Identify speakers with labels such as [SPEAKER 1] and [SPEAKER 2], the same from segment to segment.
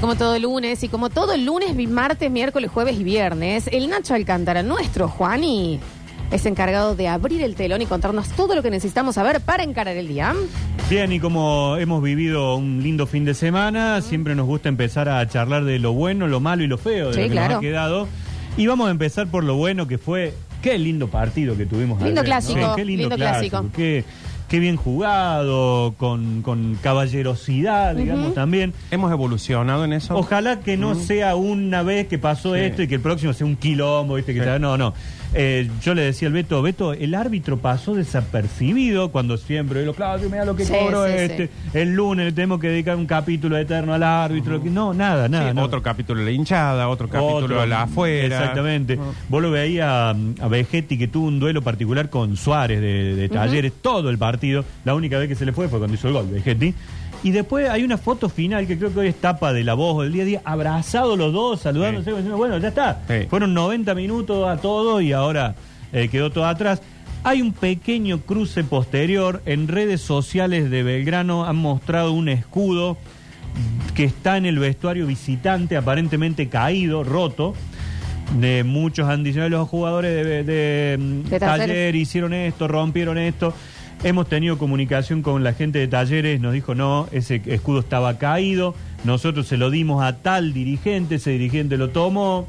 [SPEAKER 1] como todo lunes, y como todo lunes, vi- martes, miércoles, jueves y viernes, el Nacho Alcántara, nuestro Juani, es encargado de abrir el telón y contarnos todo lo que necesitamos saber para encarar el día.
[SPEAKER 2] Bien, y como hemos vivido un lindo fin de semana, siempre nos gusta empezar a charlar de lo bueno, lo malo y lo feo de
[SPEAKER 1] Sí,
[SPEAKER 2] lo que
[SPEAKER 1] claro.
[SPEAKER 2] nos ha quedado. Y vamos a empezar por lo bueno que fue. Qué lindo partido que tuvimos
[SPEAKER 1] Lindo
[SPEAKER 2] ayer, ¿no?
[SPEAKER 1] clásico,
[SPEAKER 2] Sí, Qué lindo,
[SPEAKER 1] lindo
[SPEAKER 2] clásico.
[SPEAKER 1] clásico.
[SPEAKER 2] Qué, qué bien jugado, con, con caballerosidad, digamos, también.
[SPEAKER 3] Hemos evolucionado en eso.
[SPEAKER 2] Ojalá que no sea una vez que pasó
[SPEAKER 3] Sí.
[SPEAKER 2] esto y que el próximo sea un quilombo, ¿viste? Que
[SPEAKER 3] Sí.
[SPEAKER 2] sea- no, no. Eh, yo le decía al Beto, Beto, el árbitro pasó desapercibido cuando siempre, lo, Claudio, mira lo que
[SPEAKER 1] Sí,
[SPEAKER 2] cobró
[SPEAKER 1] sí,
[SPEAKER 2] este. El lunes le tenemos que dedicar un capítulo eterno al árbitro. que- No, nada,
[SPEAKER 3] Sí,
[SPEAKER 2] nada. no.
[SPEAKER 3] Otro capítulo de la hinchada, otro capítulo
[SPEAKER 2] Otro.
[SPEAKER 3] de la afuera.
[SPEAKER 2] Exactamente. Vos lo veías a, a Vegetti que tuvo un duelo particular con Suárez de, de Talleres todo el partido. La única vez que se le fue fue cuando hizo el gol Vegetti. Y después hay una foto final que creo que hoy es tapa de la voz del día a día, abrazados los dos, saludándose.
[SPEAKER 3] Sí.
[SPEAKER 2] como diciendo, Bueno, ya está.
[SPEAKER 3] Sí.
[SPEAKER 2] Fueron 90 minutos a todo y ahora eh, quedó todo atrás. Hay un pequeño cruce posterior. En redes sociales de Belgrano han mostrado un escudo que está en el vestuario visitante, aparentemente caído, roto. De muchos han dicho, "Ay, los jugadores de, de, mm,
[SPEAKER 1] De Talleres.
[SPEAKER 2] Taller hicieron esto, rompieron esto. Hemos tenido comunicación con la gente de Talleres, nos dijo, no, ese escudo estaba caído, nosotros se lo dimos a tal dirigente, ese dirigente lo tomó.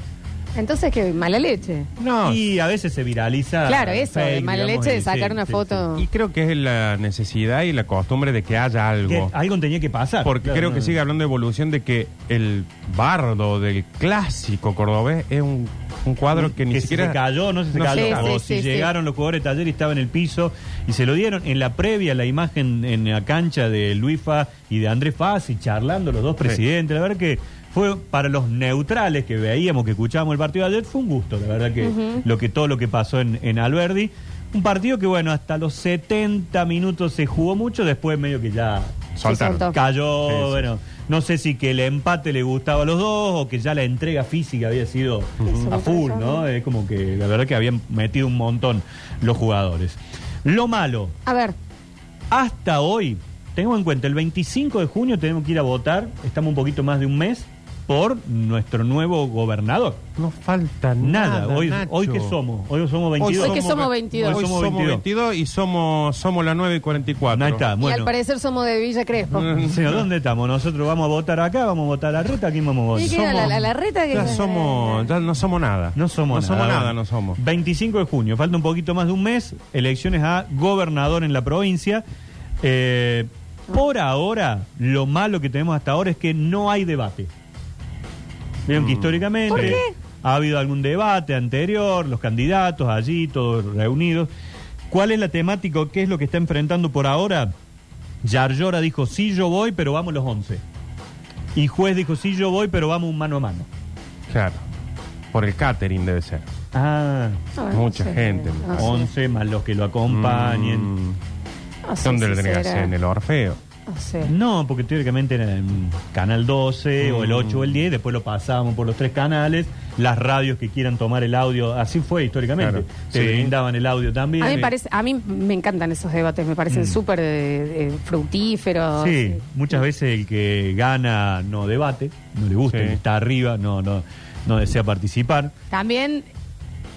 [SPEAKER 1] Entonces, qué mala leche.
[SPEAKER 3] No, y,
[SPEAKER 2] Y a veces se viraliza.
[SPEAKER 1] claro, eso, de
[SPEAKER 2] fake,
[SPEAKER 1] mala
[SPEAKER 2] Ah, digamos,
[SPEAKER 1] leche
[SPEAKER 2] y
[SPEAKER 1] de sacar
[SPEAKER 2] sí,
[SPEAKER 1] una
[SPEAKER 2] sí,
[SPEAKER 1] foto.
[SPEAKER 3] creo que es la necesidad y la costumbre de que haya
[SPEAKER 2] sí. Que
[SPEAKER 3] algo.
[SPEAKER 2] algo tenía que pasar.
[SPEAKER 3] Porque
[SPEAKER 2] Claro,
[SPEAKER 3] creo
[SPEAKER 2] no,
[SPEAKER 3] que
[SPEAKER 2] no.
[SPEAKER 3] sigue hablando de evolución de que el bardo del clásico cordobés es un, un cuadro que ni
[SPEAKER 2] si
[SPEAKER 3] siquiera.
[SPEAKER 2] se cayó, no sé si se
[SPEAKER 3] No
[SPEAKER 2] cayó.
[SPEAKER 3] se
[SPEAKER 1] cayó.
[SPEAKER 2] o
[SPEAKER 1] Sí, sí,
[SPEAKER 2] si
[SPEAKER 1] sí,
[SPEAKER 2] llegaron los jugadores de taller y estaban en el piso y se lo dieron. En la previa, la imagen en la cancha de Luifa y de Andrés Fassi charlando los dos presidentes. La verdad que fue para los neutrales que veíamos, que escuchábamos el partido de ayer, fue un gusto. La verdad que lo que todo lo que pasó en, en Alberdi. Un partido que, bueno, hasta los 70 minutos se jugó mucho, después medio que ya
[SPEAKER 3] Soltaron.
[SPEAKER 1] soltó.
[SPEAKER 2] Cayó,
[SPEAKER 3] Sí, sí,
[SPEAKER 2] bueno, no sé si que el empate le gustaba a los dos o que ya la entrega física había sido
[SPEAKER 1] Eso me
[SPEAKER 2] a full,
[SPEAKER 1] parece a
[SPEAKER 2] ¿no? Es como que la verdad que habían metido un montón los jugadores. Lo malo,
[SPEAKER 1] A ver,
[SPEAKER 2] hasta hoy, tengo en cuenta, el 25 de junio tenemos que ir a votar, estamos un poquito más de un mes, por nuestro nuevo gobernador.
[SPEAKER 3] No falta
[SPEAKER 2] Nada,
[SPEAKER 3] nada.
[SPEAKER 2] hoy,
[SPEAKER 3] Nacho.
[SPEAKER 2] hoy que somos, hoy somos 22.
[SPEAKER 1] Hoy que somos 22.
[SPEAKER 3] Hoy somos 22 y somos, somos la 9 y 44.
[SPEAKER 2] Ahí está,
[SPEAKER 1] y al
[SPEAKER 2] bueno. Mm.
[SPEAKER 1] parecer somos de Villa Crespo.
[SPEAKER 2] Señor, ¿dónde estamos? Nosotros vamos a votar acá, vamos a votar a la reta, aquí vamos a votar.
[SPEAKER 1] Y que era la, la- la reta que...
[SPEAKER 3] Ya somos, ya no somos nada.
[SPEAKER 2] No somos
[SPEAKER 3] no
[SPEAKER 2] nada.
[SPEAKER 3] somos nada,
[SPEAKER 2] bueno.
[SPEAKER 3] no somos.
[SPEAKER 2] 25 de junio, falta un poquito más de un mes, elecciones a gobernador en la provincia. Eh, por ahora, lo malo que tenemos hasta ahora es que no hay debate. Vieron
[SPEAKER 3] Mm.
[SPEAKER 2] que históricamente
[SPEAKER 1] ¿Por qué?
[SPEAKER 2] ha habido algún debate anterior, los candidatos allí, todos reunidos. ¿Cuál es la temática o qué es lo que está enfrentando por ahora? Yarlora dijo, sí, yo voy, pero vamos los 11. Y juez dijo, sí, yo voy, pero vamos un mano a mano.
[SPEAKER 3] Claro. Por el catering debe ser.
[SPEAKER 2] Ah,
[SPEAKER 1] Ah,
[SPEAKER 3] Mucha gente.
[SPEAKER 1] No sé.
[SPEAKER 2] 11 más los que lo acompañen.
[SPEAKER 3] Ah, Mm.
[SPEAKER 1] No sé
[SPEAKER 3] ¿Dónde
[SPEAKER 1] si
[SPEAKER 3] lo tenés que
[SPEAKER 1] Ah, será. Ah,
[SPEAKER 3] hacer? En el Orfeo.
[SPEAKER 1] No sé.
[SPEAKER 2] No, porque teóricamente era en Canal 12 o el 8
[SPEAKER 3] Mm.
[SPEAKER 2] o el 10, después lo pasábamos por los tres canales, las radios que quieran tomar el audio, así fue históricamente.
[SPEAKER 3] Claro.
[SPEAKER 2] Te
[SPEAKER 3] Sí.
[SPEAKER 2] brindaban el audio también.
[SPEAKER 1] A mí, me parece, a mí me encantan esos debates, me parecen súper eh, eh, fructíferos.
[SPEAKER 2] Mm. Sí, muchas veces el que gana no debate, no le gusta,
[SPEAKER 3] Sí.
[SPEAKER 2] el que está arriba no, no, no desea participar.
[SPEAKER 1] También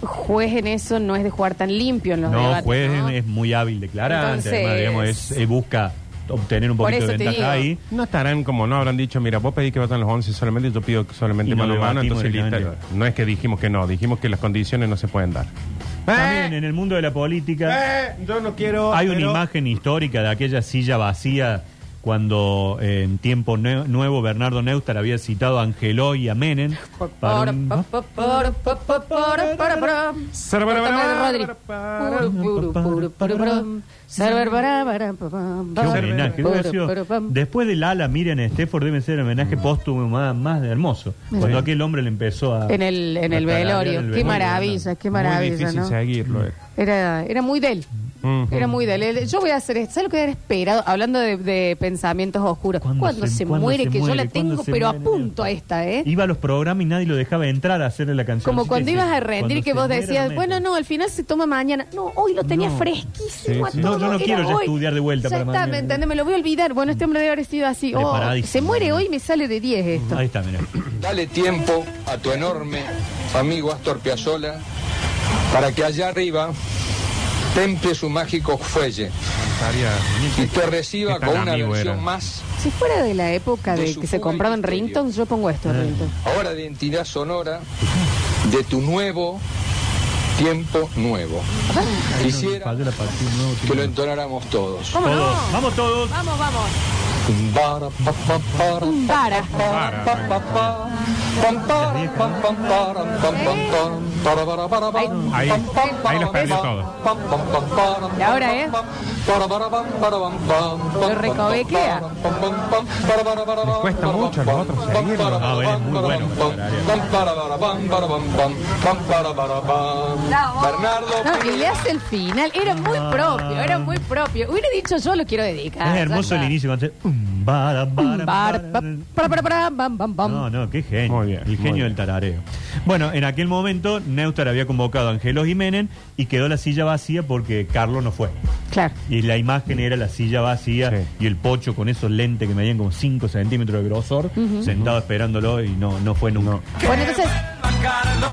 [SPEAKER 1] juez en eso no es de jugar tan limpio en los
[SPEAKER 2] no,
[SPEAKER 1] debates.
[SPEAKER 2] juez
[SPEAKER 1] ¿no?
[SPEAKER 2] es muy hábil declarante, además,
[SPEAKER 1] Entonces-
[SPEAKER 2] digamos, es- eh, busca obtener un
[SPEAKER 1] Por
[SPEAKER 2] poquito
[SPEAKER 1] eso
[SPEAKER 2] de
[SPEAKER 1] te
[SPEAKER 2] ventaja
[SPEAKER 1] digo.
[SPEAKER 2] ahí.
[SPEAKER 3] No estarán como no habrán dicho, mira, vos pedís que vayan los 11 solamente, yo pido que solamente
[SPEAKER 2] Y no
[SPEAKER 3] mano a mano,
[SPEAKER 2] debatimos
[SPEAKER 3] entonces listo.
[SPEAKER 2] directamente.
[SPEAKER 3] No es que dijimos que no, dijimos que las condiciones no se pueden dar. Eh,
[SPEAKER 2] También en el mundo de la política.
[SPEAKER 3] yo no quiero.
[SPEAKER 2] Hay una imagen histórica de aquella silla vacía cuando eh, en tiempo nue- nuevo Bernardo Neustar había citado a Angeló y a Menem para un-
[SPEAKER 1] Por, por, por, por, por, por, por, por. Rodri. Puru, puru, puru, puru, puru. Server, bara, bara, pa, pa,
[SPEAKER 2] Qué
[SPEAKER 1] pa.
[SPEAKER 2] homenaje, debe haber sido-
[SPEAKER 1] Puru, puru, pam.
[SPEAKER 2] Después del ala, Miriam Stefford debe ser el homenaje póstumo más, más de hermoso. Cuando aquel hombre le empezó a.
[SPEAKER 1] En el- en el
[SPEAKER 2] a tararear
[SPEAKER 1] velorio. Qué maravilla, qué
[SPEAKER 3] Muy
[SPEAKER 1] maravilla,
[SPEAKER 3] difícil
[SPEAKER 1] ¿no?
[SPEAKER 3] seguirlo. eh.
[SPEAKER 1] Era, era muy de él.
[SPEAKER 3] Ujú.
[SPEAKER 1] Era muy dele. Yo voy a hacer esto. ¿Sabes lo que era esperado? Hablando de, de pensamientos oscuros.
[SPEAKER 2] ¿Cuándo
[SPEAKER 1] Cuando, se,
[SPEAKER 2] cuándo
[SPEAKER 1] muere,
[SPEAKER 2] se
[SPEAKER 1] que yo
[SPEAKER 2] muere?
[SPEAKER 1] la
[SPEAKER 2] ¿Cuándo
[SPEAKER 1] tengo,
[SPEAKER 2] se
[SPEAKER 1] pero
[SPEAKER 2] muere?
[SPEAKER 1] a punto a esta, ¿eh?
[SPEAKER 2] Iba a los programas y nadie lo dejaba entrar a hacerle la canción.
[SPEAKER 1] Como
[SPEAKER 2] Sí,
[SPEAKER 1] cuando
[SPEAKER 2] sí,
[SPEAKER 1] ibas
[SPEAKER 2] sí.
[SPEAKER 1] a rendir
[SPEAKER 2] Cuando
[SPEAKER 1] que
[SPEAKER 2] se
[SPEAKER 1] vos
[SPEAKER 2] muera,
[SPEAKER 1] decías,
[SPEAKER 2] meta.
[SPEAKER 1] bueno, no, al final se toma mañana. No, hoy lo tenía
[SPEAKER 2] No.
[SPEAKER 1] fresquísimo
[SPEAKER 3] Sí, sí.
[SPEAKER 1] a todo.
[SPEAKER 2] No, yo no
[SPEAKER 1] era
[SPEAKER 2] quiero ya
[SPEAKER 1] hoy.
[SPEAKER 2] estudiar de vuelta
[SPEAKER 1] Ya
[SPEAKER 2] para
[SPEAKER 1] está,
[SPEAKER 2] mañana.
[SPEAKER 1] ¿me entendés? Me lo voy a olvidar. Bueno, este hombre debe haber sido así. Oh,
[SPEAKER 2] Preparadísimo.
[SPEAKER 1] se muere hoy y me sale de 10 esto.
[SPEAKER 2] Ahí está, mira.
[SPEAKER 4] Dale tiempo a tu enorme amigo Astor Piazzolla para que allá arriba temple su mágico fuelle
[SPEAKER 3] Estaría-
[SPEAKER 4] y te
[SPEAKER 3] Qué
[SPEAKER 4] reciba
[SPEAKER 3] tan
[SPEAKER 4] con una
[SPEAKER 3] Este amigo
[SPEAKER 4] versión
[SPEAKER 3] era.
[SPEAKER 4] más.
[SPEAKER 1] Si fuera de la época
[SPEAKER 4] De
[SPEAKER 1] de,
[SPEAKER 4] su
[SPEAKER 1] que se
[SPEAKER 4] fuga y
[SPEAKER 1] compraban
[SPEAKER 4] misterio.
[SPEAKER 1] ringtones, yo pongo esto, ringtone.
[SPEAKER 4] Ahora de entidad sonora de tu nuevo tiempo nuevo. Quisiera
[SPEAKER 2] Falta la partida, un nuevo
[SPEAKER 4] que lo
[SPEAKER 2] tiempo.
[SPEAKER 4] entonáramos todos.
[SPEAKER 1] ¿Cómo no?
[SPEAKER 2] Todos. Vamos todos.
[SPEAKER 1] Vamos, vamos.
[SPEAKER 4] Para, pa, pa, para,
[SPEAKER 1] Un vara.
[SPEAKER 3] Para,
[SPEAKER 4] pa, pa, pa, pam, para, pam, pam, para, pam, pam, pam, para, para, para, para,
[SPEAKER 3] Ahí-
[SPEAKER 4] pam, pam,
[SPEAKER 3] ahí los
[SPEAKER 4] para,
[SPEAKER 3] perdió
[SPEAKER 4] para,
[SPEAKER 3] todos.
[SPEAKER 4] pam, pam, pam, para,
[SPEAKER 1] Y ahora,
[SPEAKER 4] pam,
[SPEAKER 1] ¿eh?
[SPEAKER 4] pam, para, para, pam, para, pam, pam, pam, pam,
[SPEAKER 1] recovequea.
[SPEAKER 4] pam, pam, pam, pam, para, para, para,
[SPEAKER 3] Les
[SPEAKER 4] pam,
[SPEAKER 3] cuesta
[SPEAKER 4] para,
[SPEAKER 3] mucho a
[SPEAKER 4] pam,
[SPEAKER 3] nosotros
[SPEAKER 4] pam,
[SPEAKER 3] seguirlo.
[SPEAKER 4] para,
[SPEAKER 2] Ah, bueno,
[SPEAKER 4] pam,
[SPEAKER 2] es muy
[SPEAKER 4] para,
[SPEAKER 2] bueno
[SPEAKER 4] pam,
[SPEAKER 2] para el área.
[SPEAKER 4] pam, para, para, pam, para, pam, pam, pam, para, para, pam. Bernardo
[SPEAKER 1] No, que
[SPEAKER 4] Pini.
[SPEAKER 1] Ah, le hace el final. Era muy propio, era muy propio. Hubiera dicho yo lo quiero dedicar.
[SPEAKER 2] Ah. Es hermoso
[SPEAKER 1] Ya
[SPEAKER 2] el
[SPEAKER 1] está.
[SPEAKER 2] inicio. cuando hace, "Um, bara, bara,
[SPEAKER 1] Un vara,
[SPEAKER 2] bara".
[SPEAKER 1] pa- para, para, para, bam, bam, bam.
[SPEAKER 2] No, no, qué genio.
[SPEAKER 3] Muy bien,
[SPEAKER 2] el
[SPEAKER 3] muy
[SPEAKER 2] genio
[SPEAKER 3] bien.
[SPEAKER 2] del tarareo. Bueno, en aquel momento Neustar había convocado a Angelo Jiménez y quedó la silla vacía porque Carlos no fue.
[SPEAKER 1] Claro.
[SPEAKER 2] Y la imagen era la silla vacía
[SPEAKER 3] Sí.
[SPEAKER 2] y el pocho con esos lentes que medían como 5 centímetros de grosor, sentado esperándolo y no, no fue nunca.
[SPEAKER 1] Bueno, entonces,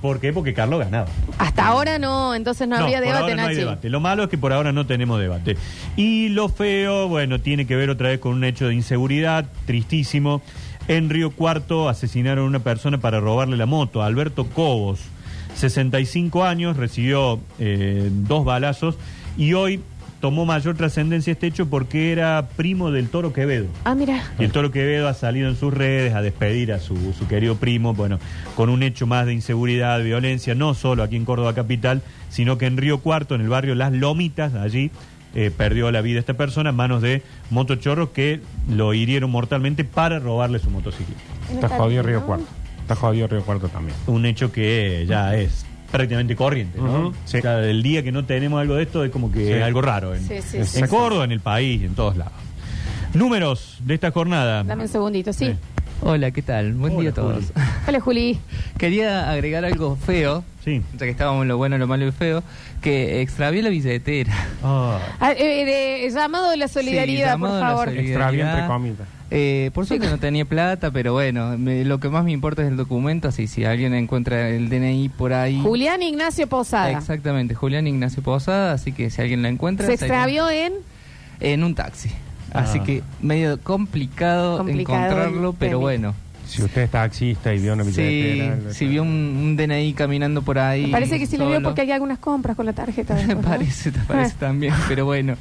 [SPEAKER 2] ¿Por qué? Porque Carlos ganaba.
[SPEAKER 1] hasta ahora no, entonces no, había
[SPEAKER 2] por
[SPEAKER 1] debate,
[SPEAKER 2] ahora no hay
[SPEAKER 1] Nachi.
[SPEAKER 2] debate. Lo malo es que por ahora no tenemos debate. Y lo feo, bueno, tiene que ver otra vez con un hecho de inseguridad, tristísimo. En Río Cuarto asesinaron a una persona para robarle la moto, Alberto Cobos, 65 años, recibió eh, dos balazos y hoy tomó mayor trascendencia este hecho porque era primo del Toro Quevedo.
[SPEAKER 1] Ah, mira.
[SPEAKER 2] Y el Toro Quevedo ha salido en sus redes a despedir a su, su querido primo, bueno, con un hecho más de inseguridad, de violencia, no solo aquí en Córdoba Capital, sino que en Río Cuarto, en el barrio Las Lomitas, allí eh, perdió la vida esta persona en manos de motochorros que lo hirieron mortalmente para robarle su motocicleta.
[SPEAKER 3] Está jodido Río Cuarto. Está jodido Río Cuarto también.
[SPEAKER 2] Un hecho que eh, ya es prácticamente corriente, ¿no?
[SPEAKER 3] Ujú, sí.
[SPEAKER 2] O sea, el día que no tenemos algo de esto es como que
[SPEAKER 3] Sí.
[SPEAKER 2] es algo raro en,
[SPEAKER 1] Sí, sí,
[SPEAKER 2] en
[SPEAKER 1] sí, sí.
[SPEAKER 2] Córdoba, en el país, en todos lados. Números de esta jornada. Eh,
[SPEAKER 1] Dame un segundito, sí.
[SPEAKER 2] Sí.
[SPEAKER 5] Hola, ¿qué tal? Buen
[SPEAKER 2] Hola,
[SPEAKER 5] día a todos.
[SPEAKER 1] Hola, Juli.
[SPEAKER 5] Quería agregar algo feo,
[SPEAKER 2] Sí.
[SPEAKER 5] ya que estábamos en lo bueno, lo malo y lo feo, que extravié la billetera.
[SPEAKER 2] Ah.
[SPEAKER 1] Ah, eh, eh, llamado de la solidaridad,
[SPEAKER 5] Sí, llamado
[SPEAKER 1] por
[SPEAKER 5] a la
[SPEAKER 1] favor.
[SPEAKER 5] solidaridad.
[SPEAKER 3] Extravié entre comillas.
[SPEAKER 5] Eh, por suerte no tenía plata, pero bueno, me- lo que más me importa es el documento, así si alguien encuentra el DNI por ahí.
[SPEAKER 1] Julián Ignacio Posada.
[SPEAKER 5] Exactamente, Julián Ignacio Posada, así que si alguien la encuentra...
[SPEAKER 1] Se
[SPEAKER 5] sería-
[SPEAKER 1] extravió en.
[SPEAKER 5] En un taxi. Así
[SPEAKER 2] Ah.
[SPEAKER 5] que medio complicado,
[SPEAKER 1] Complicado el
[SPEAKER 5] encontrarlo, pero
[SPEAKER 1] tema.
[SPEAKER 5] bueno.
[SPEAKER 3] Si usted es taxista y vio una
[SPEAKER 5] Sí,
[SPEAKER 3] billetera.
[SPEAKER 5] si vio un, un DNI caminando por ahí...
[SPEAKER 1] Parece que sí lo vio
[SPEAKER 5] solo.
[SPEAKER 1] porque hay algunas compras con la tarjeta. después, ¿no?
[SPEAKER 5] parece, te parece también, pero bueno,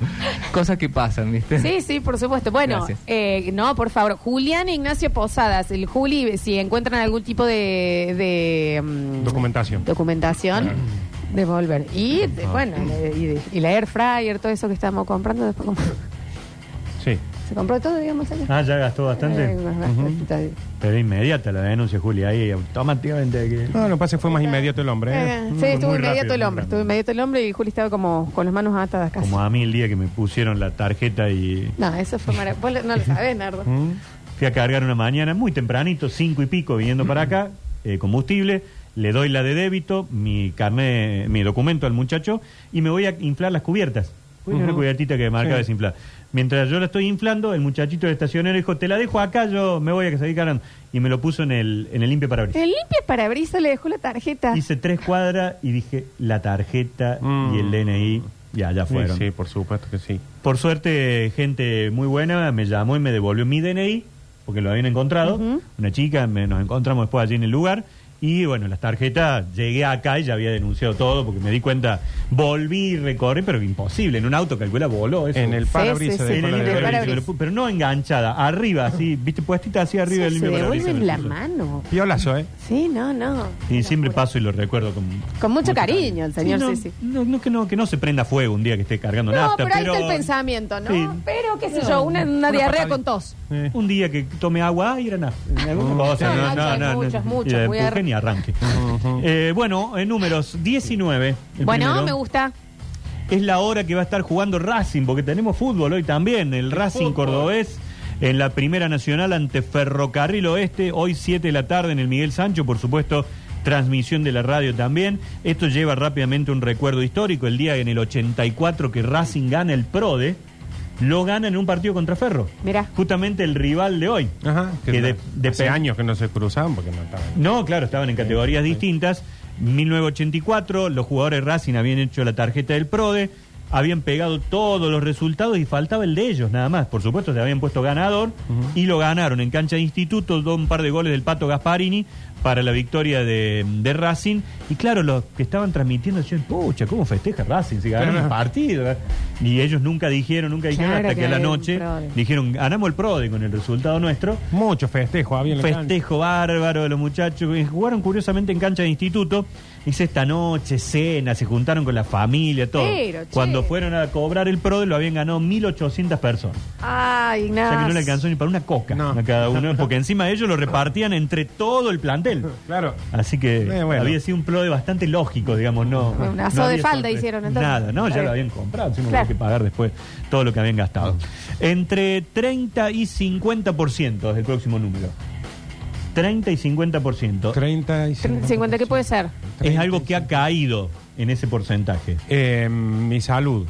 [SPEAKER 5] cosas que pasan, ¿viste?
[SPEAKER 1] Sí, sí, por supuesto. Bueno,
[SPEAKER 5] Gracias.
[SPEAKER 1] eh, no, por favor, Julián Ignacio Posadas, el Juli, si encuentran algún tipo de, de, mm,
[SPEAKER 3] Documentación.
[SPEAKER 1] documentación, devolver. Y de- bueno, le- y, de- y la air fryer, todo eso que estábamos comprando, después comp-
[SPEAKER 3] Sí.
[SPEAKER 1] se compró todo, digamos. acá.
[SPEAKER 2] Ah, ya gastó
[SPEAKER 1] Eh,
[SPEAKER 2] bastante.
[SPEAKER 1] está bien.
[SPEAKER 2] Pero inmediata la denuncia, Julia, ahí automáticamente. que-
[SPEAKER 3] No, lo que pasa es que fue más inmediato el hombre. ¿eh?
[SPEAKER 1] Eh, sí,
[SPEAKER 2] Muy-
[SPEAKER 1] estuvo
[SPEAKER 2] muy
[SPEAKER 1] inmediato
[SPEAKER 2] rápido,
[SPEAKER 1] el
[SPEAKER 2] muy rápido.
[SPEAKER 1] hombre, estuvo inmediato el hombre y Juli estaba como con las manos atadas casi.
[SPEAKER 2] Como a mí el día que me pusieron la tarjeta y
[SPEAKER 1] No, eso fue maravilloso. No lo sabés, Nardo.
[SPEAKER 3] ¿Mm?
[SPEAKER 2] fui a cargar una mañana muy tempranito, cinco y pico, viniendo para acá, eh, combustible. Le doy la de débito, mi carné, mi documento al muchacho y me voy a inflar las cubiertas. Pues hay una
[SPEAKER 3] Ujú.
[SPEAKER 2] cubiertita que marca
[SPEAKER 3] Sí.
[SPEAKER 2] desinflar. Mientras yo la estoy inflando, el muchachito del estacionero dijo, te la dejo acá, yo me voy a seguir cargando. Y me lo puso en el, en el limpia para
[SPEAKER 1] El limpia parabrisas le dejó la tarjeta.
[SPEAKER 2] Hice tres cuadras y dije la tarjeta
[SPEAKER 3] Mm.
[SPEAKER 2] y el DNI y allá
[SPEAKER 3] Sí,
[SPEAKER 2] fueron.
[SPEAKER 3] sí, por supuesto que sí.
[SPEAKER 2] Por suerte, gente muy buena me llamó y me devolvió mi DNI, porque lo habían encontrado. Una chica, me- nos encontramos después allí en el lugar. Y bueno, las tarjetas, llegué acá y ya había denunciado todo, porque me di cuenta, volví y recorrí, pero imposible, en un auto, calcula, voló eso.
[SPEAKER 3] En el parabrisas. dejó
[SPEAKER 1] sí, sí.
[SPEAKER 2] En el
[SPEAKER 3] la
[SPEAKER 1] limpia
[SPEAKER 2] limpia
[SPEAKER 3] billetera.
[SPEAKER 1] parabrisas.
[SPEAKER 2] parabrisas, pero no enganchada, arriba, así, viste, puestita así arriba del
[SPEAKER 1] Sí,
[SPEAKER 2] limpia
[SPEAKER 1] se
[SPEAKER 2] parabrisas,
[SPEAKER 1] devuelven
[SPEAKER 2] me
[SPEAKER 1] la
[SPEAKER 2] puso.
[SPEAKER 1] mano.
[SPEAKER 3] Piolazo, ¿eh?
[SPEAKER 1] Sí, no, no.
[SPEAKER 2] Y siempre paso y lo recuerdo con,
[SPEAKER 1] Con mucho cariño, el señor,
[SPEAKER 2] no,
[SPEAKER 1] sí, sí.
[SPEAKER 2] No, no, que no, que no se prenda fuego un día que esté cargando
[SPEAKER 1] No,
[SPEAKER 2] nafta,
[SPEAKER 1] pero ahí está el pensamiento, ¿no?
[SPEAKER 2] Sí.
[SPEAKER 1] Pero, qué sé yo, una, una
[SPEAKER 3] Una
[SPEAKER 1] diarrea
[SPEAKER 3] patadita.
[SPEAKER 1] con tos.
[SPEAKER 3] Eh.
[SPEAKER 2] Un día que tome agua y era nafta. Alguna cosa,
[SPEAKER 1] no, no, es mucho, es mucho,
[SPEAKER 2] y la
[SPEAKER 1] muy
[SPEAKER 2] empuje
[SPEAKER 1] ar-
[SPEAKER 2] ni arranque. Eh, bueno, en números 19. el
[SPEAKER 1] Bueno,
[SPEAKER 2] primero.
[SPEAKER 1] me gusta.
[SPEAKER 2] es la hora que va a estar jugando Racing, porque tenemos fútbol hoy también, el Racing Cordobés. En la Primera Nacional ante Ferrocarril Oeste, hoy 7 de la tarde en el Miguel Sancho, por supuesto, transmisión de la radio también. Esto lleva rápidamente un recuerdo histórico, el día en el 84 que Racing gana el PRODE, lo gana en un partido contra Ferro.
[SPEAKER 1] Mirá.
[SPEAKER 2] Justamente el rival de hoy.
[SPEAKER 3] Ajá, que,
[SPEAKER 2] que de-
[SPEAKER 3] de, hace
[SPEAKER 2] depen-
[SPEAKER 3] años que no se cruzaban porque no estaban.
[SPEAKER 2] no, claro, estaban en categorías distintas. 1984, los jugadores de Racing habían hecho la tarjeta del PRODE, habían pegado todos los resultados y faltaba el de ellos nada más. Por supuesto, se habían puesto ganador y lo ganaron en cancha de instituto, dos un par de goles del Pato Gasparini para la victoria de, de Racing. Y claro, los que estaban transmitiendo decían, pucha, ¿cómo festeja Racing? Si ganaron
[SPEAKER 3] Claro.
[SPEAKER 2] un partido. Y ellos nunca dijeron, nunca dijeron,
[SPEAKER 1] Claro
[SPEAKER 2] hasta
[SPEAKER 1] que
[SPEAKER 2] que a la
[SPEAKER 1] había un
[SPEAKER 2] noche
[SPEAKER 1] PRODE.
[SPEAKER 2] dijeron, ganamos el PRODE con el resultado nuestro.
[SPEAKER 3] Mucho festejo había en la cancha.
[SPEAKER 2] Festejo bárbaro de los muchachos. eh, Jugaron curiosamente en cancha de instituto. Hice esta noche, cena, se juntaron con la familia, todo.
[SPEAKER 1] Pero, che.
[SPEAKER 2] Cuando fueron a cobrar el PRODE lo habían ganado 1.800 personas. O
[SPEAKER 1] Ay,
[SPEAKER 2] sea
[SPEAKER 1] Ignacio.
[SPEAKER 2] que no le alcanzó ni para una coca
[SPEAKER 3] No.
[SPEAKER 2] a cada uno, porque encima ellos lo repartían entre todo el plantel.
[SPEAKER 3] Claro.
[SPEAKER 2] Así que
[SPEAKER 3] Eh, bueno.
[SPEAKER 2] había sido un PRODE bastante lógico, digamos, no.
[SPEAKER 1] Fue un
[SPEAKER 2] no
[SPEAKER 1] asado de
[SPEAKER 2] había
[SPEAKER 1] falda
[SPEAKER 2] sorpresa.
[SPEAKER 1] hicieron, entonces.
[SPEAKER 2] Nada, no,
[SPEAKER 1] Está
[SPEAKER 2] ya lo
[SPEAKER 1] bien.
[SPEAKER 2] habían comprado, sino
[SPEAKER 1] Claro.
[SPEAKER 2] que pagar después todo lo que habían gastado. Entre 30 y 50% es el próximo número. 30 y 50%.
[SPEAKER 3] 30 y
[SPEAKER 1] 30, 50, ¿qué puede ser?
[SPEAKER 2] es algo que ha caído en ese porcentaje.
[SPEAKER 3] Eh, mi salud.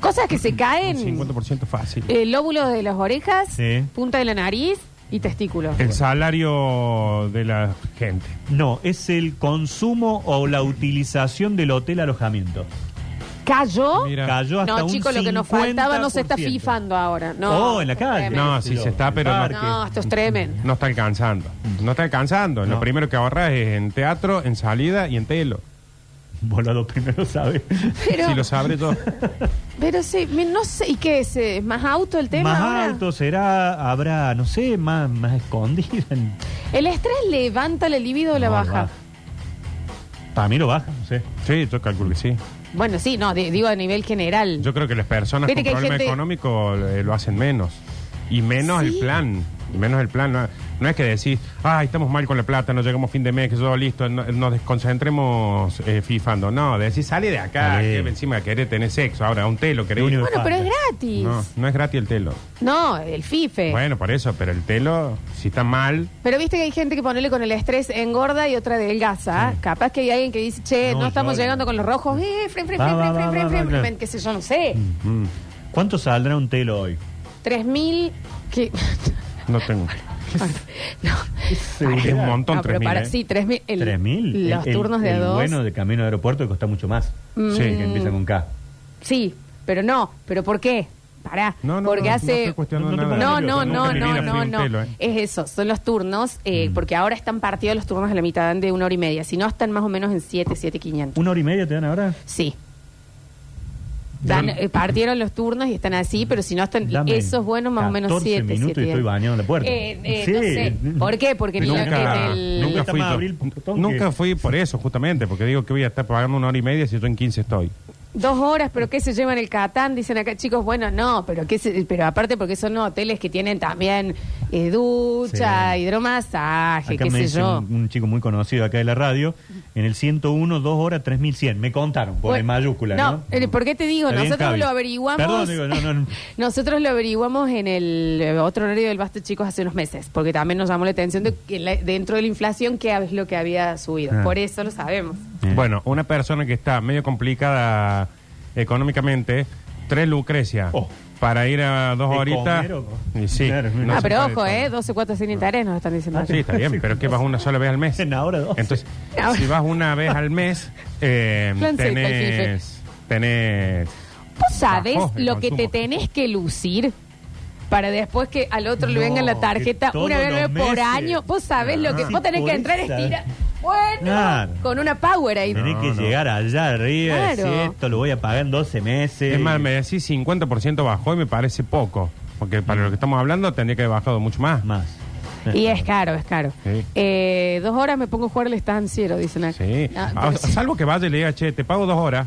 [SPEAKER 1] Cosas que se
[SPEAKER 3] Un
[SPEAKER 1] caen.
[SPEAKER 3] 50% fácil.
[SPEAKER 1] El lóbulo de las orejas,
[SPEAKER 2] Sí.
[SPEAKER 1] punta de la nariz y testículo.
[SPEAKER 3] El salario de la gente.
[SPEAKER 2] No, es el consumo o la utilización del hotel alojamiento.
[SPEAKER 1] ¿Cayó?
[SPEAKER 3] Mira.
[SPEAKER 2] Cayó hasta
[SPEAKER 1] No,
[SPEAKER 2] un
[SPEAKER 1] chicos, lo que nos faltaba no se está
[SPEAKER 2] 50%.
[SPEAKER 1] fifando ahora. No,
[SPEAKER 2] Oh, en la
[SPEAKER 1] esto es
[SPEAKER 2] calle.
[SPEAKER 1] tremendo.
[SPEAKER 3] No, sí se está, pero no.
[SPEAKER 2] Parque.
[SPEAKER 1] No, esto es tremendo.
[SPEAKER 3] No está alcanzando. No está alcanzando.
[SPEAKER 2] No.
[SPEAKER 3] Lo primero que ahorras es en teatro, en salida y en telo.
[SPEAKER 2] Vos lo primero sabes.
[SPEAKER 1] Pero,
[SPEAKER 3] Si lo sabré todo.
[SPEAKER 1] pero sí, mi- no sé, ¿y qué es? eh, ¿Más alto el tema
[SPEAKER 2] Más
[SPEAKER 1] ahora?
[SPEAKER 2] alto será, habrá, no sé, más, más escondida. en-
[SPEAKER 1] ¿El estrés levanta la libido o la
[SPEAKER 2] No,
[SPEAKER 1] baja?
[SPEAKER 2] baja. Para mí lo baja, no sé.
[SPEAKER 3] Sí, yo calculo que sí.
[SPEAKER 1] Bueno, sí, no, di- digo a nivel general.
[SPEAKER 3] Yo creo que las personas
[SPEAKER 1] Viste
[SPEAKER 3] con
[SPEAKER 1] que hay
[SPEAKER 3] problema
[SPEAKER 1] gente-
[SPEAKER 3] económico eh, lo hacen menos. Y menos
[SPEAKER 1] Sí.
[SPEAKER 3] el plan. Y menos el plan. No, no es que decís, ay, estamos mal con la plata, no llegamos fin de mes, que todo listo, no- nos desconcentremos eh, fifando. No, decís, sale de acá,
[SPEAKER 2] Dale.
[SPEAKER 3] que encima querés tener sexo, ahora un telo, querés.
[SPEAKER 2] Lo único-
[SPEAKER 1] bueno, pero es gratis.
[SPEAKER 3] No,
[SPEAKER 1] No,
[SPEAKER 3] no es gratis el telo.
[SPEAKER 1] el FIFE.
[SPEAKER 3] Bueno, por eso, pero el telo, si está mal,
[SPEAKER 1] Pero viste que hay gente que ponele con el estrés engorda y otra delgaza. Capaz que hay alguien que dice, che, no,
[SPEAKER 2] No,
[SPEAKER 1] estamos
[SPEAKER 2] yo-
[SPEAKER 1] llegando con los rojos. Eh, fren, fren,
[SPEAKER 2] Va, va,
[SPEAKER 1] fren, fren,
[SPEAKER 2] va,
[SPEAKER 1] fren, fren,
[SPEAKER 2] va,
[SPEAKER 1] fren,
[SPEAKER 2] va,
[SPEAKER 1] fren,
[SPEAKER 2] claro.
[SPEAKER 1] qué sé yo, no sé.
[SPEAKER 3] mm,
[SPEAKER 2] ¿Cuánto saldrá un telo hoy?
[SPEAKER 1] 3.000 que...
[SPEAKER 3] no tengo.
[SPEAKER 1] no.
[SPEAKER 3] Es un montón,
[SPEAKER 1] No, pero
[SPEAKER 3] 3.000,
[SPEAKER 1] para,
[SPEAKER 3] ¿eh?
[SPEAKER 1] sí, 3.000. el-
[SPEAKER 2] ¿Tres mil?
[SPEAKER 1] Los
[SPEAKER 2] El- el-
[SPEAKER 1] turnos de a
[SPEAKER 2] el
[SPEAKER 1] dos. Mm.
[SPEAKER 2] bueno de camino al aeropuerto que cuesta mucho más.
[SPEAKER 3] Sí.
[SPEAKER 2] Que empieza con K.
[SPEAKER 1] Sí, pero no. ¿Pero por qué? Pará.
[SPEAKER 3] No, no,
[SPEAKER 1] porque
[SPEAKER 3] no, no
[SPEAKER 1] hace...
[SPEAKER 3] estoy cuestionando
[SPEAKER 2] No, no te
[SPEAKER 3] nada.
[SPEAKER 1] No,
[SPEAKER 2] Nunca
[SPEAKER 1] no,
[SPEAKER 2] en
[SPEAKER 1] no,
[SPEAKER 2] mi
[SPEAKER 1] no,
[SPEAKER 2] vida
[SPEAKER 1] no,
[SPEAKER 3] fui un
[SPEAKER 1] no.
[SPEAKER 3] telo, ¿eh?
[SPEAKER 1] Es eso, son los turnos,
[SPEAKER 2] Mm.
[SPEAKER 1] eh, porque ahora están partidos los turnos a la mitad de una hora y media. Si no, están más o menos en 7, 7, 500.
[SPEAKER 2] ¿Una hora y media te dan ahora?
[SPEAKER 1] Sí. Dan- eh, partieron los turnos y están así, pero si no, están
[SPEAKER 2] Dame
[SPEAKER 1] esos buenos más o menos
[SPEAKER 2] 14
[SPEAKER 1] 7.
[SPEAKER 2] minutos y estoy bañado en la puerta.
[SPEAKER 1] Eh,
[SPEAKER 2] Sí.
[SPEAKER 1] ¿Por qué? Porque ni lo-
[SPEAKER 3] Nunca,
[SPEAKER 1] el-
[SPEAKER 3] nunca
[SPEAKER 2] Está
[SPEAKER 3] fui,
[SPEAKER 2] más
[SPEAKER 3] por-
[SPEAKER 2] abril, pues, punto,
[SPEAKER 3] nunca
[SPEAKER 2] que-
[SPEAKER 3] fui por eso, justamente, porque digo que voy a estar pagando una hora y media si yo en 15 estoy.
[SPEAKER 1] Dos horas, pero ¿qué se llevan el Catán? Dicen acá, chicos, bueno, no, pero qué se- pero aparte porque son hoteles que tienen también eh, ducha,
[SPEAKER 2] Sí.
[SPEAKER 1] hidromasaje,
[SPEAKER 2] Acá
[SPEAKER 1] qué
[SPEAKER 2] me
[SPEAKER 1] sé
[SPEAKER 2] dice
[SPEAKER 1] yo.
[SPEAKER 2] un, un chico muy conocido acá de la radio, en el 101, 2 horas, 3100. Me contaron, por
[SPEAKER 1] Bueno,
[SPEAKER 2] en mayúscula, ¿no?
[SPEAKER 1] eh, ¿por qué te digo?
[SPEAKER 2] Está bien,
[SPEAKER 1] Nosotros
[SPEAKER 2] Javi.
[SPEAKER 1] lo averiguamos.
[SPEAKER 2] Perdón, digo, no, no, no.
[SPEAKER 1] Nosotros lo averiguamos en el eh, otro horario del Basta Chicos hace unos meses, porque también nos llamó la atención de que la- dentro de la inflación qué es lo que había subido.
[SPEAKER 2] Ah.
[SPEAKER 1] Por eso lo sabemos.
[SPEAKER 2] Bien.
[SPEAKER 3] Bueno, una persona que está medio complicada económicamente, tres Lucrecia.
[SPEAKER 2] Oh.
[SPEAKER 3] Para ir a dos
[SPEAKER 2] ¿De
[SPEAKER 3] horitas.
[SPEAKER 2] comer o-
[SPEAKER 3] Y sí,
[SPEAKER 2] Claro,
[SPEAKER 3] no
[SPEAKER 1] ah,
[SPEAKER 3] se
[SPEAKER 1] pero
[SPEAKER 3] puede
[SPEAKER 1] ojo,
[SPEAKER 3] todo.
[SPEAKER 1] ¿eh? 12 cuotas
[SPEAKER 3] Ah.
[SPEAKER 1] sin interés nos están diciendo.
[SPEAKER 3] Sí, está bien, pero es que vas una sola vez al mes.
[SPEAKER 2] En ahora dos.
[SPEAKER 3] Entonces,
[SPEAKER 1] Ahora-
[SPEAKER 3] si vas una vez al mes, eh,
[SPEAKER 1] Plan Z, el
[SPEAKER 3] tenés. tenés
[SPEAKER 1] ¿Vos sabés
[SPEAKER 3] Bajó el
[SPEAKER 1] lo que te
[SPEAKER 3] consumo.
[SPEAKER 1] tenés que lucir? Para después que al otro le
[SPEAKER 2] No,
[SPEAKER 1] venga la tarjeta
[SPEAKER 2] que
[SPEAKER 1] una
[SPEAKER 2] todos
[SPEAKER 1] vez
[SPEAKER 2] los
[SPEAKER 1] por
[SPEAKER 2] meses.
[SPEAKER 1] año. Vos sabés lo que.
[SPEAKER 2] Ah,
[SPEAKER 1] Vos tenés
[SPEAKER 2] por
[SPEAKER 1] que entrar
[SPEAKER 2] esa.
[SPEAKER 1] estira. Bueno,
[SPEAKER 2] Claro.
[SPEAKER 1] con una power ahí.
[SPEAKER 2] Tenés
[SPEAKER 3] No,
[SPEAKER 2] que
[SPEAKER 3] no.
[SPEAKER 2] llegar allá arriba y decir,
[SPEAKER 1] Claro.
[SPEAKER 2] esto lo voy a pagar en 12 meses.
[SPEAKER 3] Es más, me decís 50% bajó y me parece poco. Porque para lo que estamos hablando tendría que haber bajado mucho más.
[SPEAKER 2] Más.
[SPEAKER 1] Y es caro, es caro.
[SPEAKER 3] Sí.
[SPEAKER 1] Eh, dos horas me pongo a jugar el estanciero, dicen acá.
[SPEAKER 3] Sí.
[SPEAKER 1] Ah,
[SPEAKER 3] A-
[SPEAKER 1] pero sí.
[SPEAKER 3] Salvo que vaya y le diga, che, te pago dos horas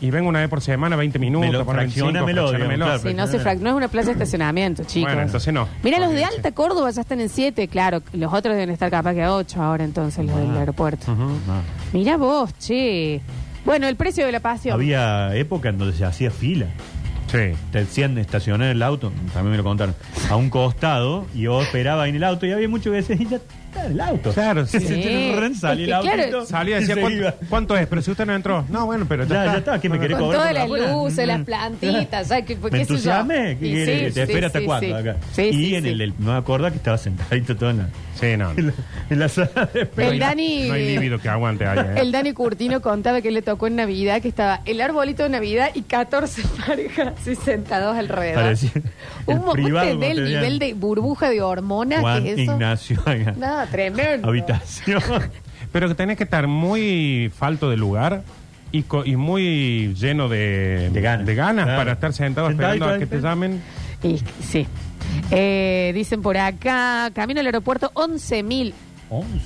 [SPEAKER 3] y vengo una vez por semana, 20 minutos.
[SPEAKER 2] Me lo
[SPEAKER 3] ponle 25,
[SPEAKER 2] fraccionamelo,
[SPEAKER 3] fraccionamelo.
[SPEAKER 2] digamos,
[SPEAKER 1] Sí, no, se frac- no es una plaza de estacionamiento, chicos.
[SPEAKER 3] Bueno, entonces no.
[SPEAKER 1] Mira, los de
[SPEAKER 3] Olvídense.
[SPEAKER 1] Alta Córdoba ya están en 7, claro. Los otros deben estar capaz que a 8 ahora, entonces, los del aeropuerto.
[SPEAKER 3] Ujú.
[SPEAKER 2] Ah.
[SPEAKER 1] Mira vos, che. Bueno, el precio de la pasión.
[SPEAKER 2] Había época en donde se hacía fila.
[SPEAKER 3] Sí.
[SPEAKER 2] Te decían estacionar el auto, también me lo contaron, a un costado y yo esperaba en el auto y había muchos veces y ya está el auto.
[SPEAKER 3] Claro, sí.
[SPEAKER 2] Se te corren, salía
[SPEAKER 1] Es que
[SPEAKER 2] el auto.
[SPEAKER 1] claro.
[SPEAKER 3] Salía y decía,
[SPEAKER 2] se iba.
[SPEAKER 3] ¿cuánto, cuánto es? Pero si usted no entró. No, bueno, pero
[SPEAKER 2] Ya,
[SPEAKER 3] ya,
[SPEAKER 2] ya está, ¿qué me querés
[SPEAKER 1] Con
[SPEAKER 2] cobrar
[SPEAKER 1] todas
[SPEAKER 2] por la
[SPEAKER 1] las
[SPEAKER 2] afuera?
[SPEAKER 1] luces, las
[SPEAKER 2] Mm.
[SPEAKER 1] plantitas, ¿sabes qué, qué
[SPEAKER 2] ¿Me
[SPEAKER 1] sé yo?
[SPEAKER 2] entusiasmé? ¿Qué
[SPEAKER 1] Y
[SPEAKER 2] querés?
[SPEAKER 1] sí,
[SPEAKER 2] te
[SPEAKER 1] sí,
[SPEAKER 2] espera hasta
[SPEAKER 1] sí,
[SPEAKER 2] cuándo
[SPEAKER 1] sí.
[SPEAKER 2] acá.
[SPEAKER 1] Sí,
[SPEAKER 2] y
[SPEAKER 1] sí,
[SPEAKER 2] en
[SPEAKER 1] sí.
[SPEAKER 2] el, el- no me acuerdo que estaba sentadito todo en la,
[SPEAKER 3] Sí, no.
[SPEAKER 2] en la, en la sala de espera.
[SPEAKER 1] El Dani.
[SPEAKER 3] No hay líbido que aguante ¿eh? allá.
[SPEAKER 1] El Dani Curtino contaba que le tocó en Navidad, que estaba el arbolito de Navidad y 14 parejas así sentados alrededor.
[SPEAKER 2] Parecía el
[SPEAKER 1] Un
[SPEAKER 2] privado
[SPEAKER 1] montón
[SPEAKER 2] cuando
[SPEAKER 1] del
[SPEAKER 2] tenían
[SPEAKER 1] nivel de burbuja de hormonas
[SPEAKER 2] Juan
[SPEAKER 1] que eso.
[SPEAKER 2] Ignacio acá.
[SPEAKER 1] No, tremendo.
[SPEAKER 2] Habitación.
[SPEAKER 3] Pero que tenés que estar muy falto de lugar y, co- y muy lleno de,
[SPEAKER 2] De ganas. Claro.
[SPEAKER 3] para estar sentado
[SPEAKER 2] Sentado
[SPEAKER 3] esperando
[SPEAKER 2] y
[SPEAKER 3] a que te
[SPEAKER 2] todo.
[SPEAKER 3] llamen.
[SPEAKER 1] Y- sí. Eh, dicen por acá, camino al aeropuerto, 11.000.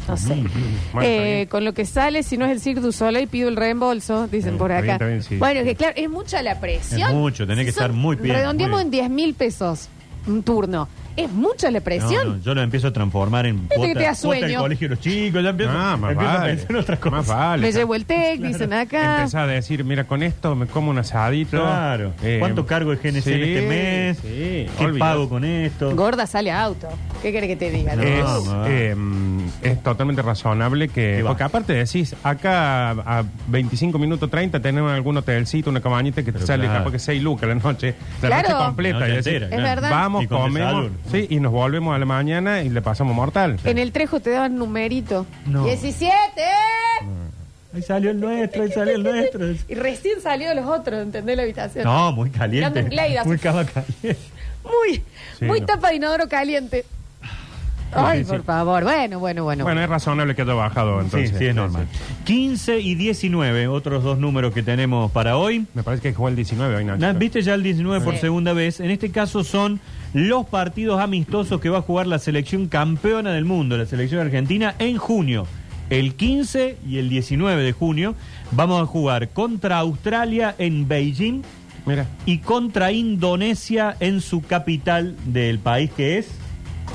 [SPEAKER 1] No sé.
[SPEAKER 3] Bueno,
[SPEAKER 1] Eh,
[SPEAKER 3] está bien.
[SPEAKER 1] con lo que sale, si no es el Cirque du Soleil, pido el reembolso, dicen
[SPEAKER 3] Eh,
[SPEAKER 1] por
[SPEAKER 3] está
[SPEAKER 1] acá.
[SPEAKER 3] bien, está bien, sí.
[SPEAKER 1] Bueno, es que claro, es mucha la presión.
[SPEAKER 2] Es mucho, tenés que
[SPEAKER 1] Son-
[SPEAKER 2] estar muy bien,
[SPEAKER 1] Redondeamos
[SPEAKER 2] muy
[SPEAKER 1] en 10 mil pesos un turno. Es mucha la presión.
[SPEAKER 2] No, no, yo lo empiezo a transformar en
[SPEAKER 1] que te da
[SPEAKER 2] cuota, cuota del
[SPEAKER 1] sueño.
[SPEAKER 2] colegio de los chicos. Ya empiezo,
[SPEAKER 3] Ah, más
[SPEAKER 2] empiezo a
[SPEAKER 3] vale.
[SPEAKER 2] pensar en otras cosas.
[SPEAKER 3] Más vale.
[SPEAKER 1] Me llevo el tech, dicen acá.
[SPEAKER 3] Empezás a decir, mira, con esto me como un asadito.
[SPEAKER 2] Claro.
[SPEAKER 3] Eh,
[SPEAKER 2] ¿Cuánto cargo de GNC en
[SPEAKER 3] sí,
[SPEAKER 2] este mes?
[SPEAKER 3] sí,
[SPEAKER 2] ¿Qué
[SPEAKER 3] olvidate.
[SPEAKER 2] pago con esto?
[SPEAKER 1] Gorda sale a auto. ¿Qué quiere que te diga?
[SPEAKER 2] No,
[SPEAKER 3] es,
[SPEAKER 2] no.
[SPEAKER 3] eh, es totalmente razonable que.
[SPEAKER 2] Que
[SPEAKER 3] Porque
[SPEAKER 2] baje.
[SPEAKER 3] aparte decís, acá a, a 25 minutos 30 tenemos algún hotelcito, una cabañita que te
[SPEAKER 2] Pero
[SPEAKER 3] sale
[SPEAKER 2] claro.
[SPEAKER 3] capaz que 6 lucas la noche. La
[SPEAKER 1] Claro.
[SPEAKER 3] noche completa.
[SPEAKER 2] La noche
[SPEAKER 3] y decís,
[SPEAKER 2] entera,
[SPEAKER 1] Es claro. verdad.
[SPEAKER 3] Vamos,
[SPEAKER 2] Y con
[SPEAKER 3] comemos.
[SPEAKER 2] desayuno.
[SPEAKER 3] Sí, y nos volvemos a la mañana y le pasamos mortal.
[SPEAKER 1] En el Trejo te daban numerito.
[SPEAKER 2] No.
[SPEAKER 1] 17.
[SPEAKER 2] Ahí salió el nuestro, ahí salió el nuestro.
[SPEAKER 1] Y recién salió los otros, ¿entendés? La habitación.
[SPEAKER 2] No, muy
[SPEAKER 1] Mirando
[SPEAKER 2] caliente.
[SPEAKER 1] un Glade, así.
[SPEAKER 2] Muy cama caliente.
[SPEAKER 1] Muy,
[SPEAKER 3] Sí,
[SPEAKER 1] muy
[SPEAKER 3] no.
[SPEAKER 1] tapa de inodoro caliente. Ay,
[SPEAKER 3] sí.
[SPEAKER 1] por favor. Bueno, bueno, bueno.
[SPEAKER 3] Bueno, es razonable que haya bajado entonces.
[SPEAKER 2] sí, sí, es normal. 15 y 19, otros dos números que tenemos para hoy.
[SPEAKER 3] Me parece que jugó el 19 hoy, Nacho.
[SPEAKER 2] Na- Viste ya el 19 por
[SPEAKER 1] Sí.
[SPEAKER 2] segunda vez. En este caso son los partidos amistosos que va a jugar la selección campeona del mundo, la selección argentina, en junio. El 15 y el 19 de junio vamos a jugar contra Australia en Beijing
[SPEAKER 3] Mira.
[SPEAKER 2] y contra Indonesia en su capital del país que es.